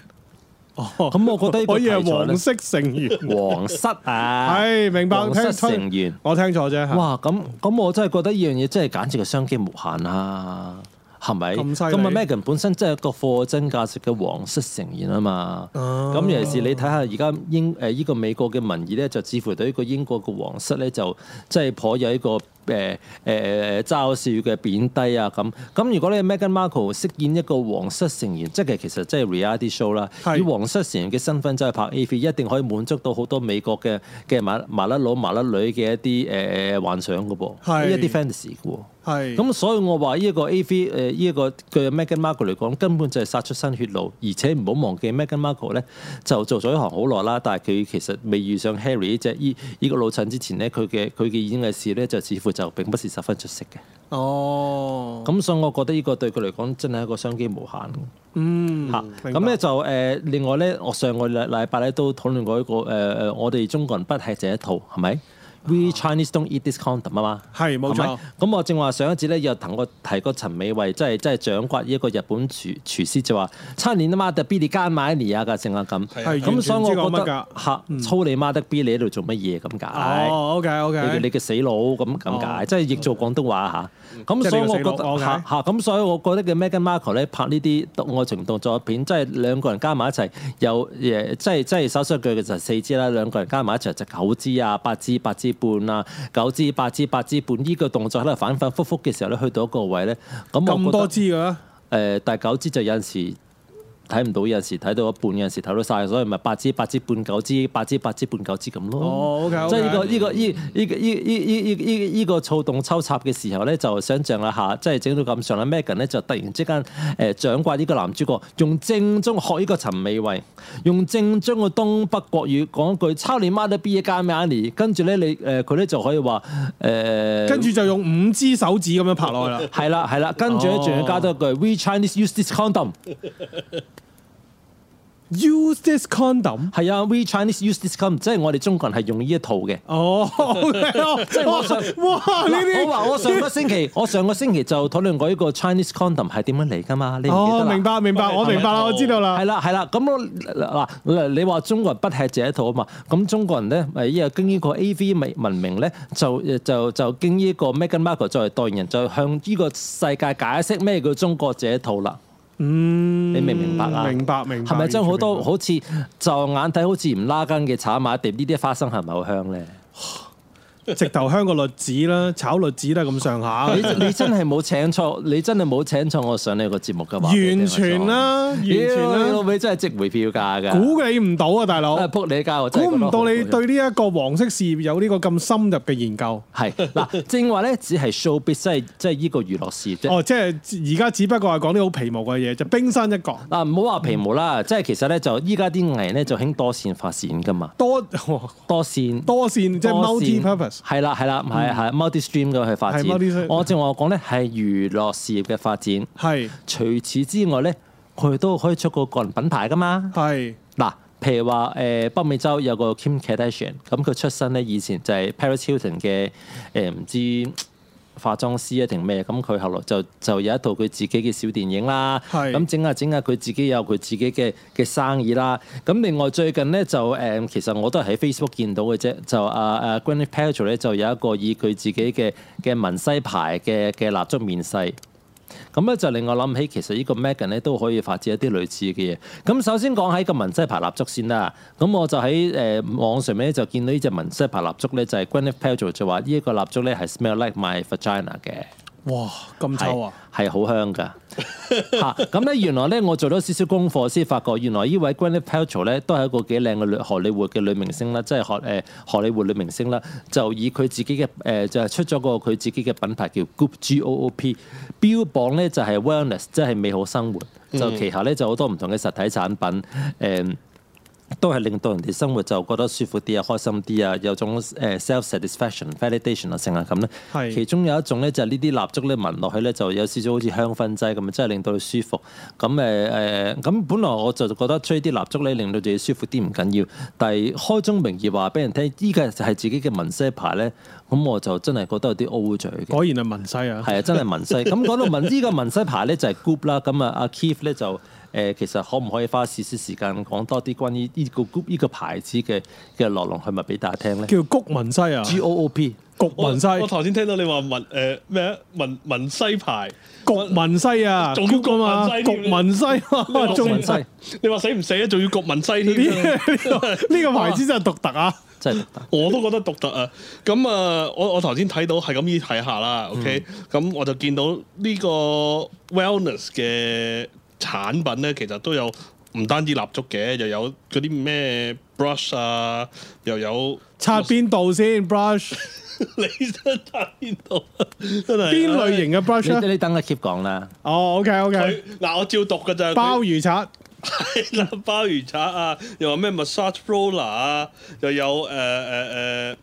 咁
咁我覺得呢個
我以為
題材
黃
咧，
色成員，
皇室啊，
係明白
皇
聽
室
聽
成員。
我聽錯啫。
哇！咁咁我真係覺得呢樣嘢真係簡直係商機無限啦，係咪？
咁犀利
咁啊，Megan 本身真係一個貨真價實嘅皇室成員啊嘛。
哦
咁、尤其是你睇下而家英誒依個美國嘅民意咧，就似乎對呢個英國嘅皇室咧，就即係頗有一個誒誒誒嘲笑嘅貶低啊咁。咁如果你 Megan Markle 飾演一個皇室成員，即係其實即係 reality show 啦，
係
以皇室成員嘅身份走去拍 AV，一定可以滿足到好多美國嘅嘅麻麻甩佬麻甩女嘅一啲誒誒幻想嘅噃，
係
一啲 fantasy 嘅喎。
係
咁所以我話呢一個 A.V. 誒呢一個嘅 Meghan Markle 嚟講，根本就係殺出新血路，而且唔好忘記 Meghan Markle 咧就做咗一行好耐啦，但係佢其實未遇上 Harry 呢只依依個老襯之前咧，佢嘅佢嘅演藝事咧就似乎就並不是十分出色嘅。
哦，
咁所以我覺得呢個對佢嚟講真係一個商機無限嘅。
嗯
嚇，咁咧就誒、呃另外咧，我上個禮禮拜咧都討論過一個誒誒、呃我哋中國人不吃這一套，係咪？We Chinese don't eat this condom 啊嘛。
係冇
係
錯
咪，咁我正話上一節咧，又同我提過陳美惠，即係即係掌摑一個日本廚廚師，就話差年啊嘛，特 B 你加買尼啊㗎，正啊咁。
係
咁所以我覺
覺
得嚇操你媽得 B，你喺度做乜嘢咁解？
嗯哦，OK
你嘅
OK，
你嘅死佬咁咁解，即係譯做廣東話嚇。咁
哦嗯即係
所以
你個
我
死佬
覺得
，OK
嚇嚇，咁所以我覺得嘅 Meghan Markle 咧拍呢啲愛情動作片，即係兩個人加埋一齊，有誒即係即係手術腳嘅就係四支啦，兩個人加埋一齊就九支啊，八支八支半啊，九支八支八支半呢個動作喺度反反覆覆嘅時候咧，去到一個位咧，咁
咁
我
多
覺
支㗎啦，
得誒呃第九支就有陣時。睇唔到有陣時睇到一半，有陣時睇到晒，所以咪八支八支半九支八支八支半九支咁咯。
哦，OK，
即係呢個呢個呢呢個呢呢呢呢呢呢個躁動抽插嘅時候咧，就想象一下，即係整到咁上啦。Megan 咧就突然之間誒掌摑呢個男主角，用正宗學呢個陳美惠，用正宗嘅東北國語講一句抄你媽的 B 加 m a n 跟住咧你誒佢咧就可以話誒。
跟住就用五支手指咁樣拍落去 啦。
係啦係啦，跟住咧仲要加多一句 We Chinese use this condom，
Use this condom。
係啊，We Chinese use this condom，即係我哋中國人係用呢一套嘅。
哦，OK，即係
我想
哇啊呢
嗱
啲哦
我話我上個星 期，我上個星期就討論過呢個 Chinese condom 係點樣嚟㗎嘛？你唔記得
哦，
啦哦
明。白明白，我明白啦，我知道啦
係。啦係啦，咁我嗱嗱你話中國人不吃這一套啊嘛，咁中國人咧誒依個經呢個 A.V. 文文明咧，就就就經呢個 Meghan Markle 作為代言人，就向呢個世界解釋咩叫中國這一套啦。
嗯，
你明唔明白啊
明白明白。
係咪將好多
嗯完全明白
好似就眼睇好似唔拉筋嘅炒馬碟呢啲花生係咪好香咧？
直頭香個栗子啦，炒栗子都係咁上下
你，你真係冇請錯，你真係冇請錯我上你個節目㗎嘛？
完全啦，完全
屌你哎老
啦，
味真係值回票價㗎。
估你唔到啊，大佬
啊！，撲你街！我真係
估
覺得
唔
好
到
好
你
笑
對呢一個黃色事業有呢個咁深入嘅研究。
係嗱，正話咧，只係 showbiz，即係即係依個娛樂事業啫。
哦，即係而家只不過係講啲好皮毛嘅嘢，就冰山一角。
嗱，唔好話皮毛啦，即係其實咧就依家啲藝人咧就興多線發展噶嘛，
多
多線
多線即係
多線
multi purpose。
係啦係啦，係係 multi stream 咁去發展
係 multi-stream。
我正話我講咧係娛樂事業嘅發展，
係
除此之外咧，佢都可以出個個人品牌噶嘛。
係
嗱，譬如話誒、呃北美洲有個 Kim Kardashian，咁佢出身咧以前就係 Paris Hilton 嘅誒唔知化妝師啊定咩，咁佢後來就就有一套佢自己嘅小電影啦，
係
咁整下整下佢自己有佢自己嘅嘅生意啦。咁另外最近咧就誒、呃其實我都係喺 Facebook 見到嘅啫，就啊啊 Gwyneth Paltrow 咧就有一個以佢自己嘅嘅文西牌嘅嘅蠟燭面世。咁咧就令我諗起，其實呢個 Megan 咧都可以發展一啲類似嘅嘢。咁首先講喺個文西牌蠟燭先啦。咁我就喺誒、呃、網上面咧就見到呢隻文西牌蠟燭咧，就係 Gwyneth Paltrow 就話呢一個蠟燭咧係 smell like my vagina 嘅。
哇咁臭啊！
係好香㗎 嚇！咁咧原來咧我做咗少少功課先發覺，原來呢位 Gwyneth Paltrow 咧都係一個幾靚嘅女荷里活嘅女明星啦，即係荷誒荷里活女明星啦，就以佢自己嘅誒、呃就係出咗個佢自己嘅品牌叫 Goop G O O P，標榜咧就係 wellness，即係美好生活，就旗下咧就好多唔同嘅實體產品誒。呃都係令到人哋生活就覺得舒服啲啊、開心啲啊，有種誒 self satisfaction、validation 啊，成啊咁咧。
係
其中有一種咧，就係呢啲蠟燭咧聞落去咧，就有少少好似香薰劑咁，真係令到你舒服。咁誒誒，呃咁、本來我就覺得吹啲蠟燭咧，令到自己舒服啲唔緊要，但係開宗明義話俾人聽，依個就係自己嘅文西牌咧，咁我就真係覺得有啲 O 嘴嘅。
果然係文西啊！
係啊，真係文西。咁講到文呢個文西牌咧就係 group 啦，咁啊阿 Keith 咧就誒、其實可唔可以花少少時間講多啲關於呢個 group 呢個牌子嘅嘅來龍去脈俾大家聽咧
叫谷文西啊，
？G O O P
谷文西，
我頭先聽到你話文誒咩啊？文文西牌，
谷文西啊，
仲要
谷啊嘛，
谷
谷
文
文西啊，
谷
仲
文
文
西
呢
你話死唔死啊？仲要焗文西添，
呢個牌子真係獨特啊！
真係獨特
我都覺得獨特啊！咁啊，我我頭先睇到係咁依睇下啦，OK，咁
嗯
我就見到呢個 wellness 嘅產品咧，其實都有唔單止蠟燭嘅，又有嗰啲咩 brush 啊，又有
擦邊度先 brush？
你真係邊 度？真係
邊類型嘅啊 brush
你
咧？
你等阿 Keep 講啦，
哦，OK
佢
OK，
嗱，我照讀㗎咋。佢
鮑魚刷。
係啦，鮑魚刷啊，又話咩 massage roller 啊，又有誒誒誒，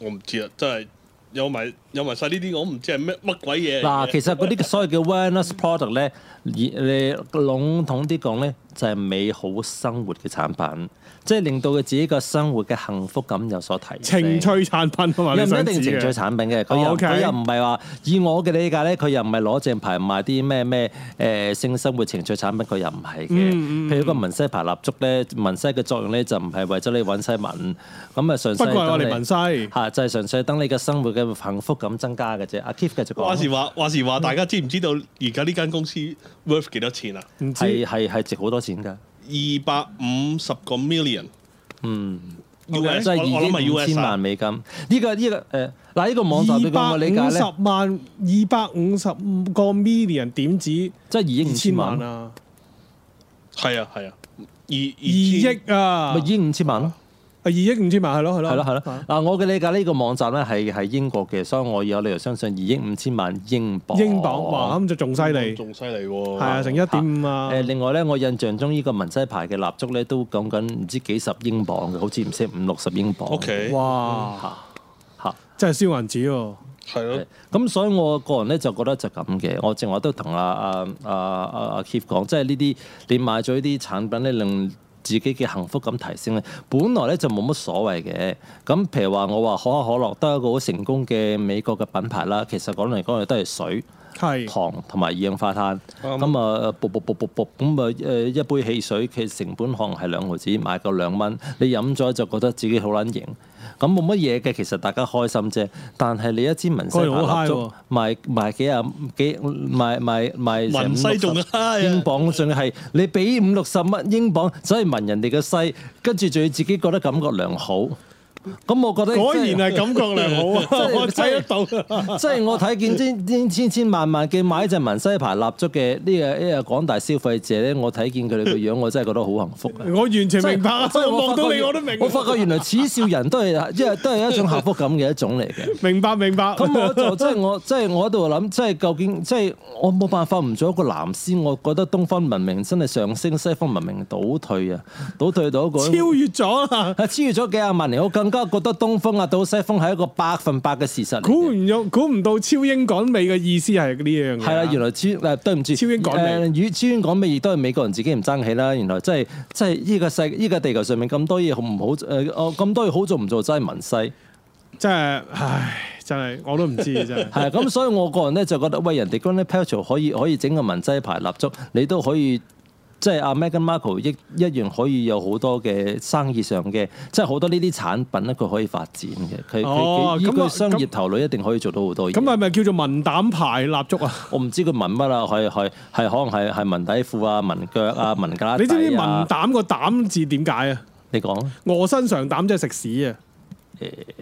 我唔知啊，真係有埋有埋晒呢啲，我唔知係咩乜鬼嘢嚟嘅。
嗱，其實嗰啲所謂嘅 wellness product 咧，以你籠統啲講咧，就係美好生活嘅產品，即係令到佢自己個生活嘅幸福感有所提升。
情趣產品啊
又
嘛，你
唔一
想
定
指
情趣
嘅哦
產品嘅，佢又
OK
佢又唔係話以我嘅理解咧，佢又唔係攞正牌賣啲咩咩誒性生活情趣產品，佢又唔係
嗯
嘅。譬如個文西牌蠟燭咧，文西嘅作用咧就唔係為咗你揾西文，咁啊純
不
粹
過係我哋
等
文
你
西。
嚇就係純粹等你嘅生活嘅幸福感增加嘅啫。阿 Kif 繼續
話時
講，
話話時話，大家知唔知道而家呢間公司 worth 幾多錢啊？
唔知
係係係值好多錢㗎，
二百五十個 million。嗯，US
即
我
係
我諗
二億五
係
千
US 啊
萬。美金。呢個呢個誒嗱呢個網站
二
你講
百
我理解
五
咧
十，萬，二百五十個 million 點止
即係二億
二
五
千
千
萬
萬，
啊，
係啊係啊，二
二億啊，啊
咪二
咪
億五千萬咯。
二億五千萬係咯係咯
係咯係咯，嗱我嘅理解呢個網站咧係係英國嘅，所以我有理由相信二億五千萬英鎊。
英鎊哇咁就仲犀利，
仲犀
係
利喎。
啊成一點五啊
誒，另外咧，我印象中呢個文西牌嘅蠟燭咧都講緊唔知幾十英鎊嘅，好似唔識五六十英鎊。
O K，
哇
嚇！
真係燒銀紙喎，
係咯，
咁所以我個人咧就覺得就咁嘅，我正話都同阿阿阿阿阿 Keith 講，即係呢啲你買咗呢啲產品咧，令自己嘅幸福感提升咧，本來咧就冇乜所謂嘅。咁譬如話我話可口可樂都係一個好成功嘅美國嘅品牌啦，其實講嚟講去都係水。
係
糖同埋二氧化碳，咁啊，卜卜卜卜卜，咁啊，誒一杯汽水嘅成本可能係兩毫子，買夠兩蚊，你飲咗就覺得自己好撚型，咁冇乜嘢嘅，其實大家開心啫。但係你一支文西牌
嗰條好
蠟
high
燭
喎
賣賣幾啊幾賣賣賣成
文西仲
50
high 啊
英鎊仲要係你俾五六十蚊英鎊，走去聞人哋嘅西，跟住仲要自己覺得感覺良好，咁我覺得
果然
真
係感覺良好 啊，
真係
我睇得到 啊
即係我睇見千千千千萬萬嘅買隻文西牌蠟燭嘅呢個呢個廣大消費者咧，我睇見佢哋個樣，我真係覺得好幸福啊！
我完全 明白啊，
即係
我望
發覺
到你我都明，啊
我發覺原來恥笑人都係即係都係一種幸福感嘅一種嚟 嘅。
明白明白。
咁我就即係我即係我喺度諗，即係究竟即係我冇辦法唔做一個藍絲，我覺得東方文明真係上升，西方文明倒退啊，倒退到一個
超越咗啦，
啊超越咗幾廿萬年，我更加覺得東方壓倒西方係一個百分百嘅事實嚟嘅。
估唔到估唔到超英趕美嘅意思係呢樣嘢啊。
係啦，原來超誒對唔住，
超英趕美
誒與超英趕美亦都係美國人自己唔爭氣啦。原來真係真係呢個世呢個地球上面咁多嘢好唔好誒？哦咁多嘢好做唔做真係文西係
真係唉，真係我都唔知真係。
啊 咁，所以我個人咧就覺得喂，人哋 g r a n d p e t r o 可以可以整個文西牌蠟燭，你都可以。即係阿 Megan Markle 一一樣可以有好多嘅生意上嘅，即係好多呢啲產品咧，佢可以發展嘅。佢
哦
佢佢依
咁啊
據商業
咁
頭腦一定可以做到好多嘢。
咁係咪叫做文膽牌蠟燭啊？
我唔知佢紋乜啦，係係係可能係係紋底褲啊、紋腳 啊、紋架
你知唔
底
知文
啊
膽個膽字點解啊？
你講啊
卧薪嘗膽即係食屎啊！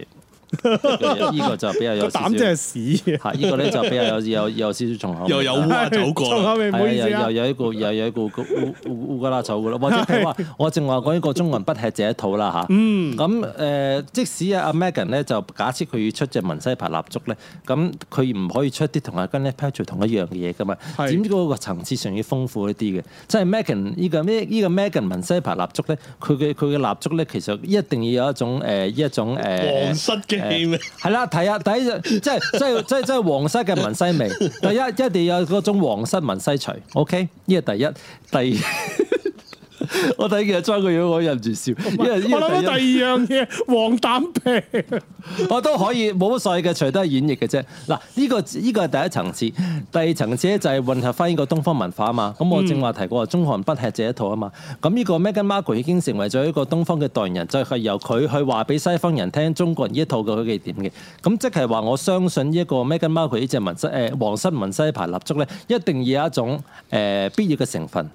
呢個就比較啊有少少
個膽 即係屎啊！
嚇，呢個咧就比較有有有少少重口味
又有烏鴉 走過
仲
啦
後。面唔好意思
係啊
啊
又！又有一個又有一個個烏烏烏烏加拉 丑噶啦，或者譬如話，我正話講呢個中國人不吃這一套啦吓，
嗯
咁誒、即使阿 Megan 咧，就假設佢要出隻文西牌蠟燭咧，咁佢唔可以出啲同阿 g u n n e p a t r 同一樣嘅嘢噶嘛，
係
點知嗰個層次上要豐富一啲嘅。即係 Megan 呢個咩呢個 Megan 文西牌蠟燭咧，佢嘅佢嘅蠟燭咧，其實一定要有一種誒、一種誒。
皇室嘅氣味，
係啦，睇下第一即係即係即係即係皇室嘅文西味。第一一定有嗰種皇室文西除，OK？呢個第一，第二。 我睇見阿莊個樣，我忍唔住笑，因為呢個
我諗到
第一
第二樣嘢，黃疸病。
我都可以冇乜所謂嘅，除都係演繹嘅啫。嗱，呢個呢個係第一層次，第二層次咧就係混合翻呢個東方文化啊嘛。咁我正話提過話，中韓不吃這一套啊嘛。咁呢個 Meghan Markle 已經成為咗一個東方嘅代言人，就係、由佢去話俾西方人聽中國人呢一套嘅佢哋點嘅。咁即係話，我相信呢一個 Meghan Markle 呢只文西誒皇室文西牌蠟燭咧，一定要有一種誒、呃必要嘅成分，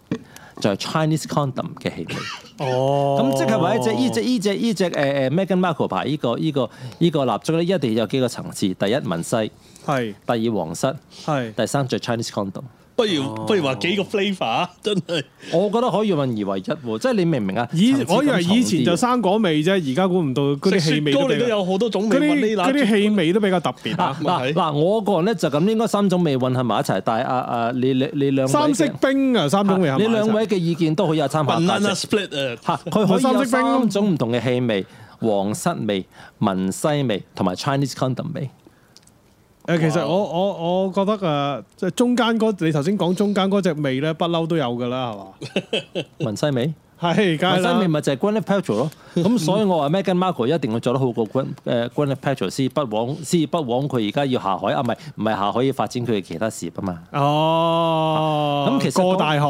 就係、Chinese condom 嘅氣味。
哦
咁即係話一隻依隻依隻依隻誒誒 Megan Markle 牌依個依個依個蠟燭咧，一定有幾個層次。第一文西，
係
第二皇室，
係
第三就係 Chinese condom。
不如
哦
不如話幾個 flavor 啊真係
我覺得可以混而為一喎，即係你明唔明啊？
以
層次感
我以為以前就
重啲
生果味啫，而家估唔到嗰啲氣
食雪
味
糕
比
你都
較
有好多種味
嗰
混呢
啲
拿
嗰啲氣味都比較特別
嗱
啊！
咪係
嗱嗱，我個人咧就咁應該三種味混合埋一齊，但係啊啊，你你你兩位嘅
三色冰啊，三種味合埋
你
一齊
兩位嘅意見都好有參考價
banana
值。
split 啊，
嚇，佢可以有
三色冰咯
三種唔同嘅氣味：皇室味、文西味同埋 Chinese condom 味。
誒，其實我我我覺得誒，即係中間嗰你頭先講中間嗰隻味咧，不嬲都有噶啦，係嘛？
文西味，
係，梗係
文西味
啦。
咪就係 Gwyneth Paltrow 咯。咁所以我話 Meghan Markle 一定要做得好過 Gwen 誒 Gwyneth Paltrow，先不枉先不枉佢而家要下海啊，唔係唔係下海要發展佢嘅其他事業啊嘛。啊
哦，
咁其實
過大海
係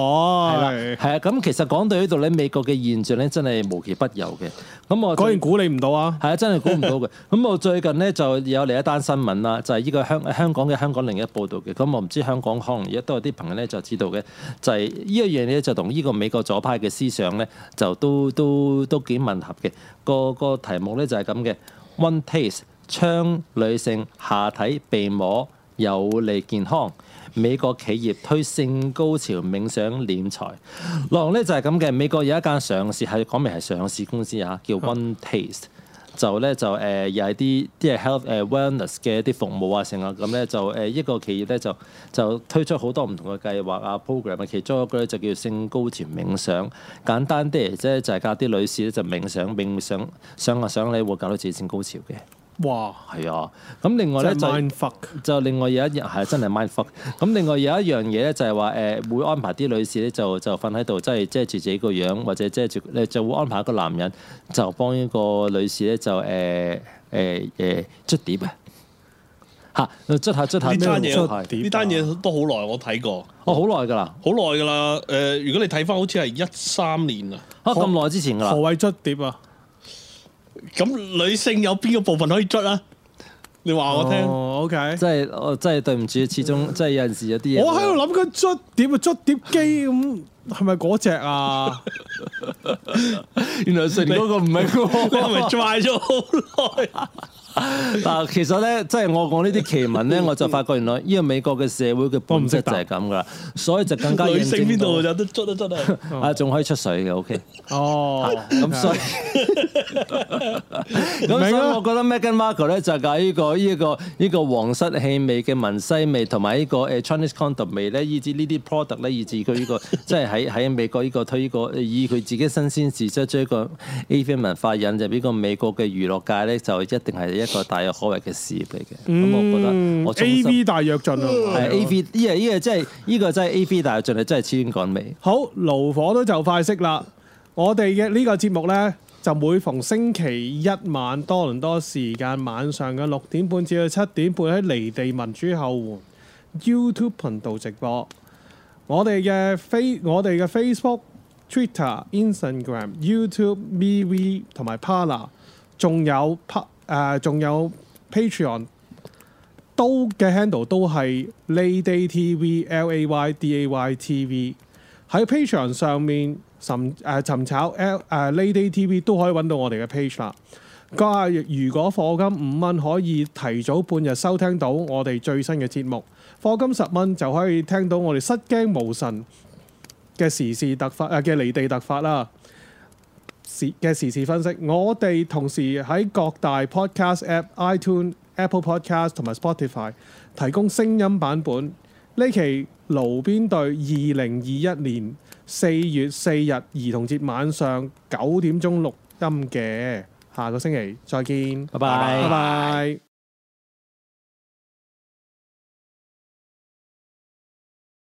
啦，
係
係啊，咁其實講到呢度咧，美國嘅現象咧真係無奇不有嘅。咁我
果
最
然估你唔到啊！
係啊，真係估唔到嘅。咁我最近咧就有另一單新聞啦，就係、呢個香香港嘅香港另一報道嘅。咁我唔知香港可能亦都有啲朋友咧就知道嘅，就係、呢一樣嘢就同呢個美國左派嘅思想咧就都都都幾吻合嘅。個個題目咧就係咁嘅，One Taste 倡女性下體被摸有利健康。美國企業推性高潮冥想斂財，內容咧就係咁嘅。美國有一間上市係講明係上市公司啊，叫 One Taste。就咧就誒、呃又係啲即係 health 誒、呃 wellness 嘅一啲服務啊，成啊咁咧就誒、呃、一個企業咧就就推出好多唔同嘅計劃啊 program 啊，其中一個咧就叫性高潮冥想，簡單啲嚟啫就係教啲女士咧就冥想冥想想啊想你會搞到自己性高潮嘅，
哇，
係啊，咁另外咧
真
就。
係 mind fuck。
就另外有一樣係真係 mind fuck。咁另外有一樣嘢咧，就係話誒會安排啲女士咧就就瞓喺度，即係遮住自己個樣，或者遮住誒就會安排一個男人就幫一個女士咧就誒誒誒捽碟啊嚇，捽下捽下
呢單
咩會係
啊
嘢呢單嘢都好耐我睇過，
哦好耐㗎啦，
好耐㗎啦。誒，如果你睇翻好似係一三年啊，
啊咁耐之前㗎
何
啦，
謂捽碟啊？
咁女性有邊個部分可以捽啊？你話我聽。
哦，OK。
即係我真係對唔住，始
嗯
終即係有陣時有啲嘢
我喺度諗緊捽碟啊，捽碟機咁係咪嗰只啊？
原來食嗰個唔係
你係咪 dry 咗 好耐？
嗱，其實咧，即係我講呢啲奇聞
嗯
咧，我就發覺原來呢個美國嘅社會嘅本質就係咁噶啦，所以就更加
女
認
性邊
證
度
到
有得捽啊捽啊！
啊，仲可以出水嘅，OK。
哦，
咁所以，啊咁所以我覺得 Meghan Markle 咧就係呢個呢個呢個皇室氣味嘅文西味，同埋呢個誒 Chinese condom 味咧，以至呢啲 product 咧，以至佢呢個 即係喺喺美國呢個推呢個以佢自己新鮮事，即係將個 A v 文化引入呢個美國嘅娛樂界咧，就一定係一個大有可為嘅事業嚟嘅。咁、我覺得我衷
嗯 A
心
V 大躍進啊
係嗯 A V 呢個呢個真係呢個真係 A V 大進係真係黐天趕尾。
好，爐火都就快熄啦。我哋嘅呢個節目呢，就每逢星期一晚多倫多時間晚上嘅六點半至到七點半喺離地民主後援 YouTube 頻道直播。我哋嘅 Face 我哋嘅 Facebook、Twitter、Instagram、YouTube、MeWe 同埋 Pala，仲有 Pa 誒，仲、有 Patreon 都嘅 handle 都係 Layday TV L A Y D A Y T V。喺 Patreon 上面尋誒、呃、尋找 L 誒、呃、Lady TV 都可以揾到我哋嘅 page 啦。家下如果課金五蚊可以提早半日收聽到我哋最新嘅節目，課金十蚊就可以聽到我哋失驚無神嘅時事突發誒嘅離地突發啦。時嘅時事分析，我哋同時喺各大 podcast app、iTune、Apple Podcast 同埋 Spotify 提供聲音版本。呢期爐邊對二零二一年四月四日兒童節晚上九點鐘錄音嘅，下個星期再見，
拜拜
拜拜。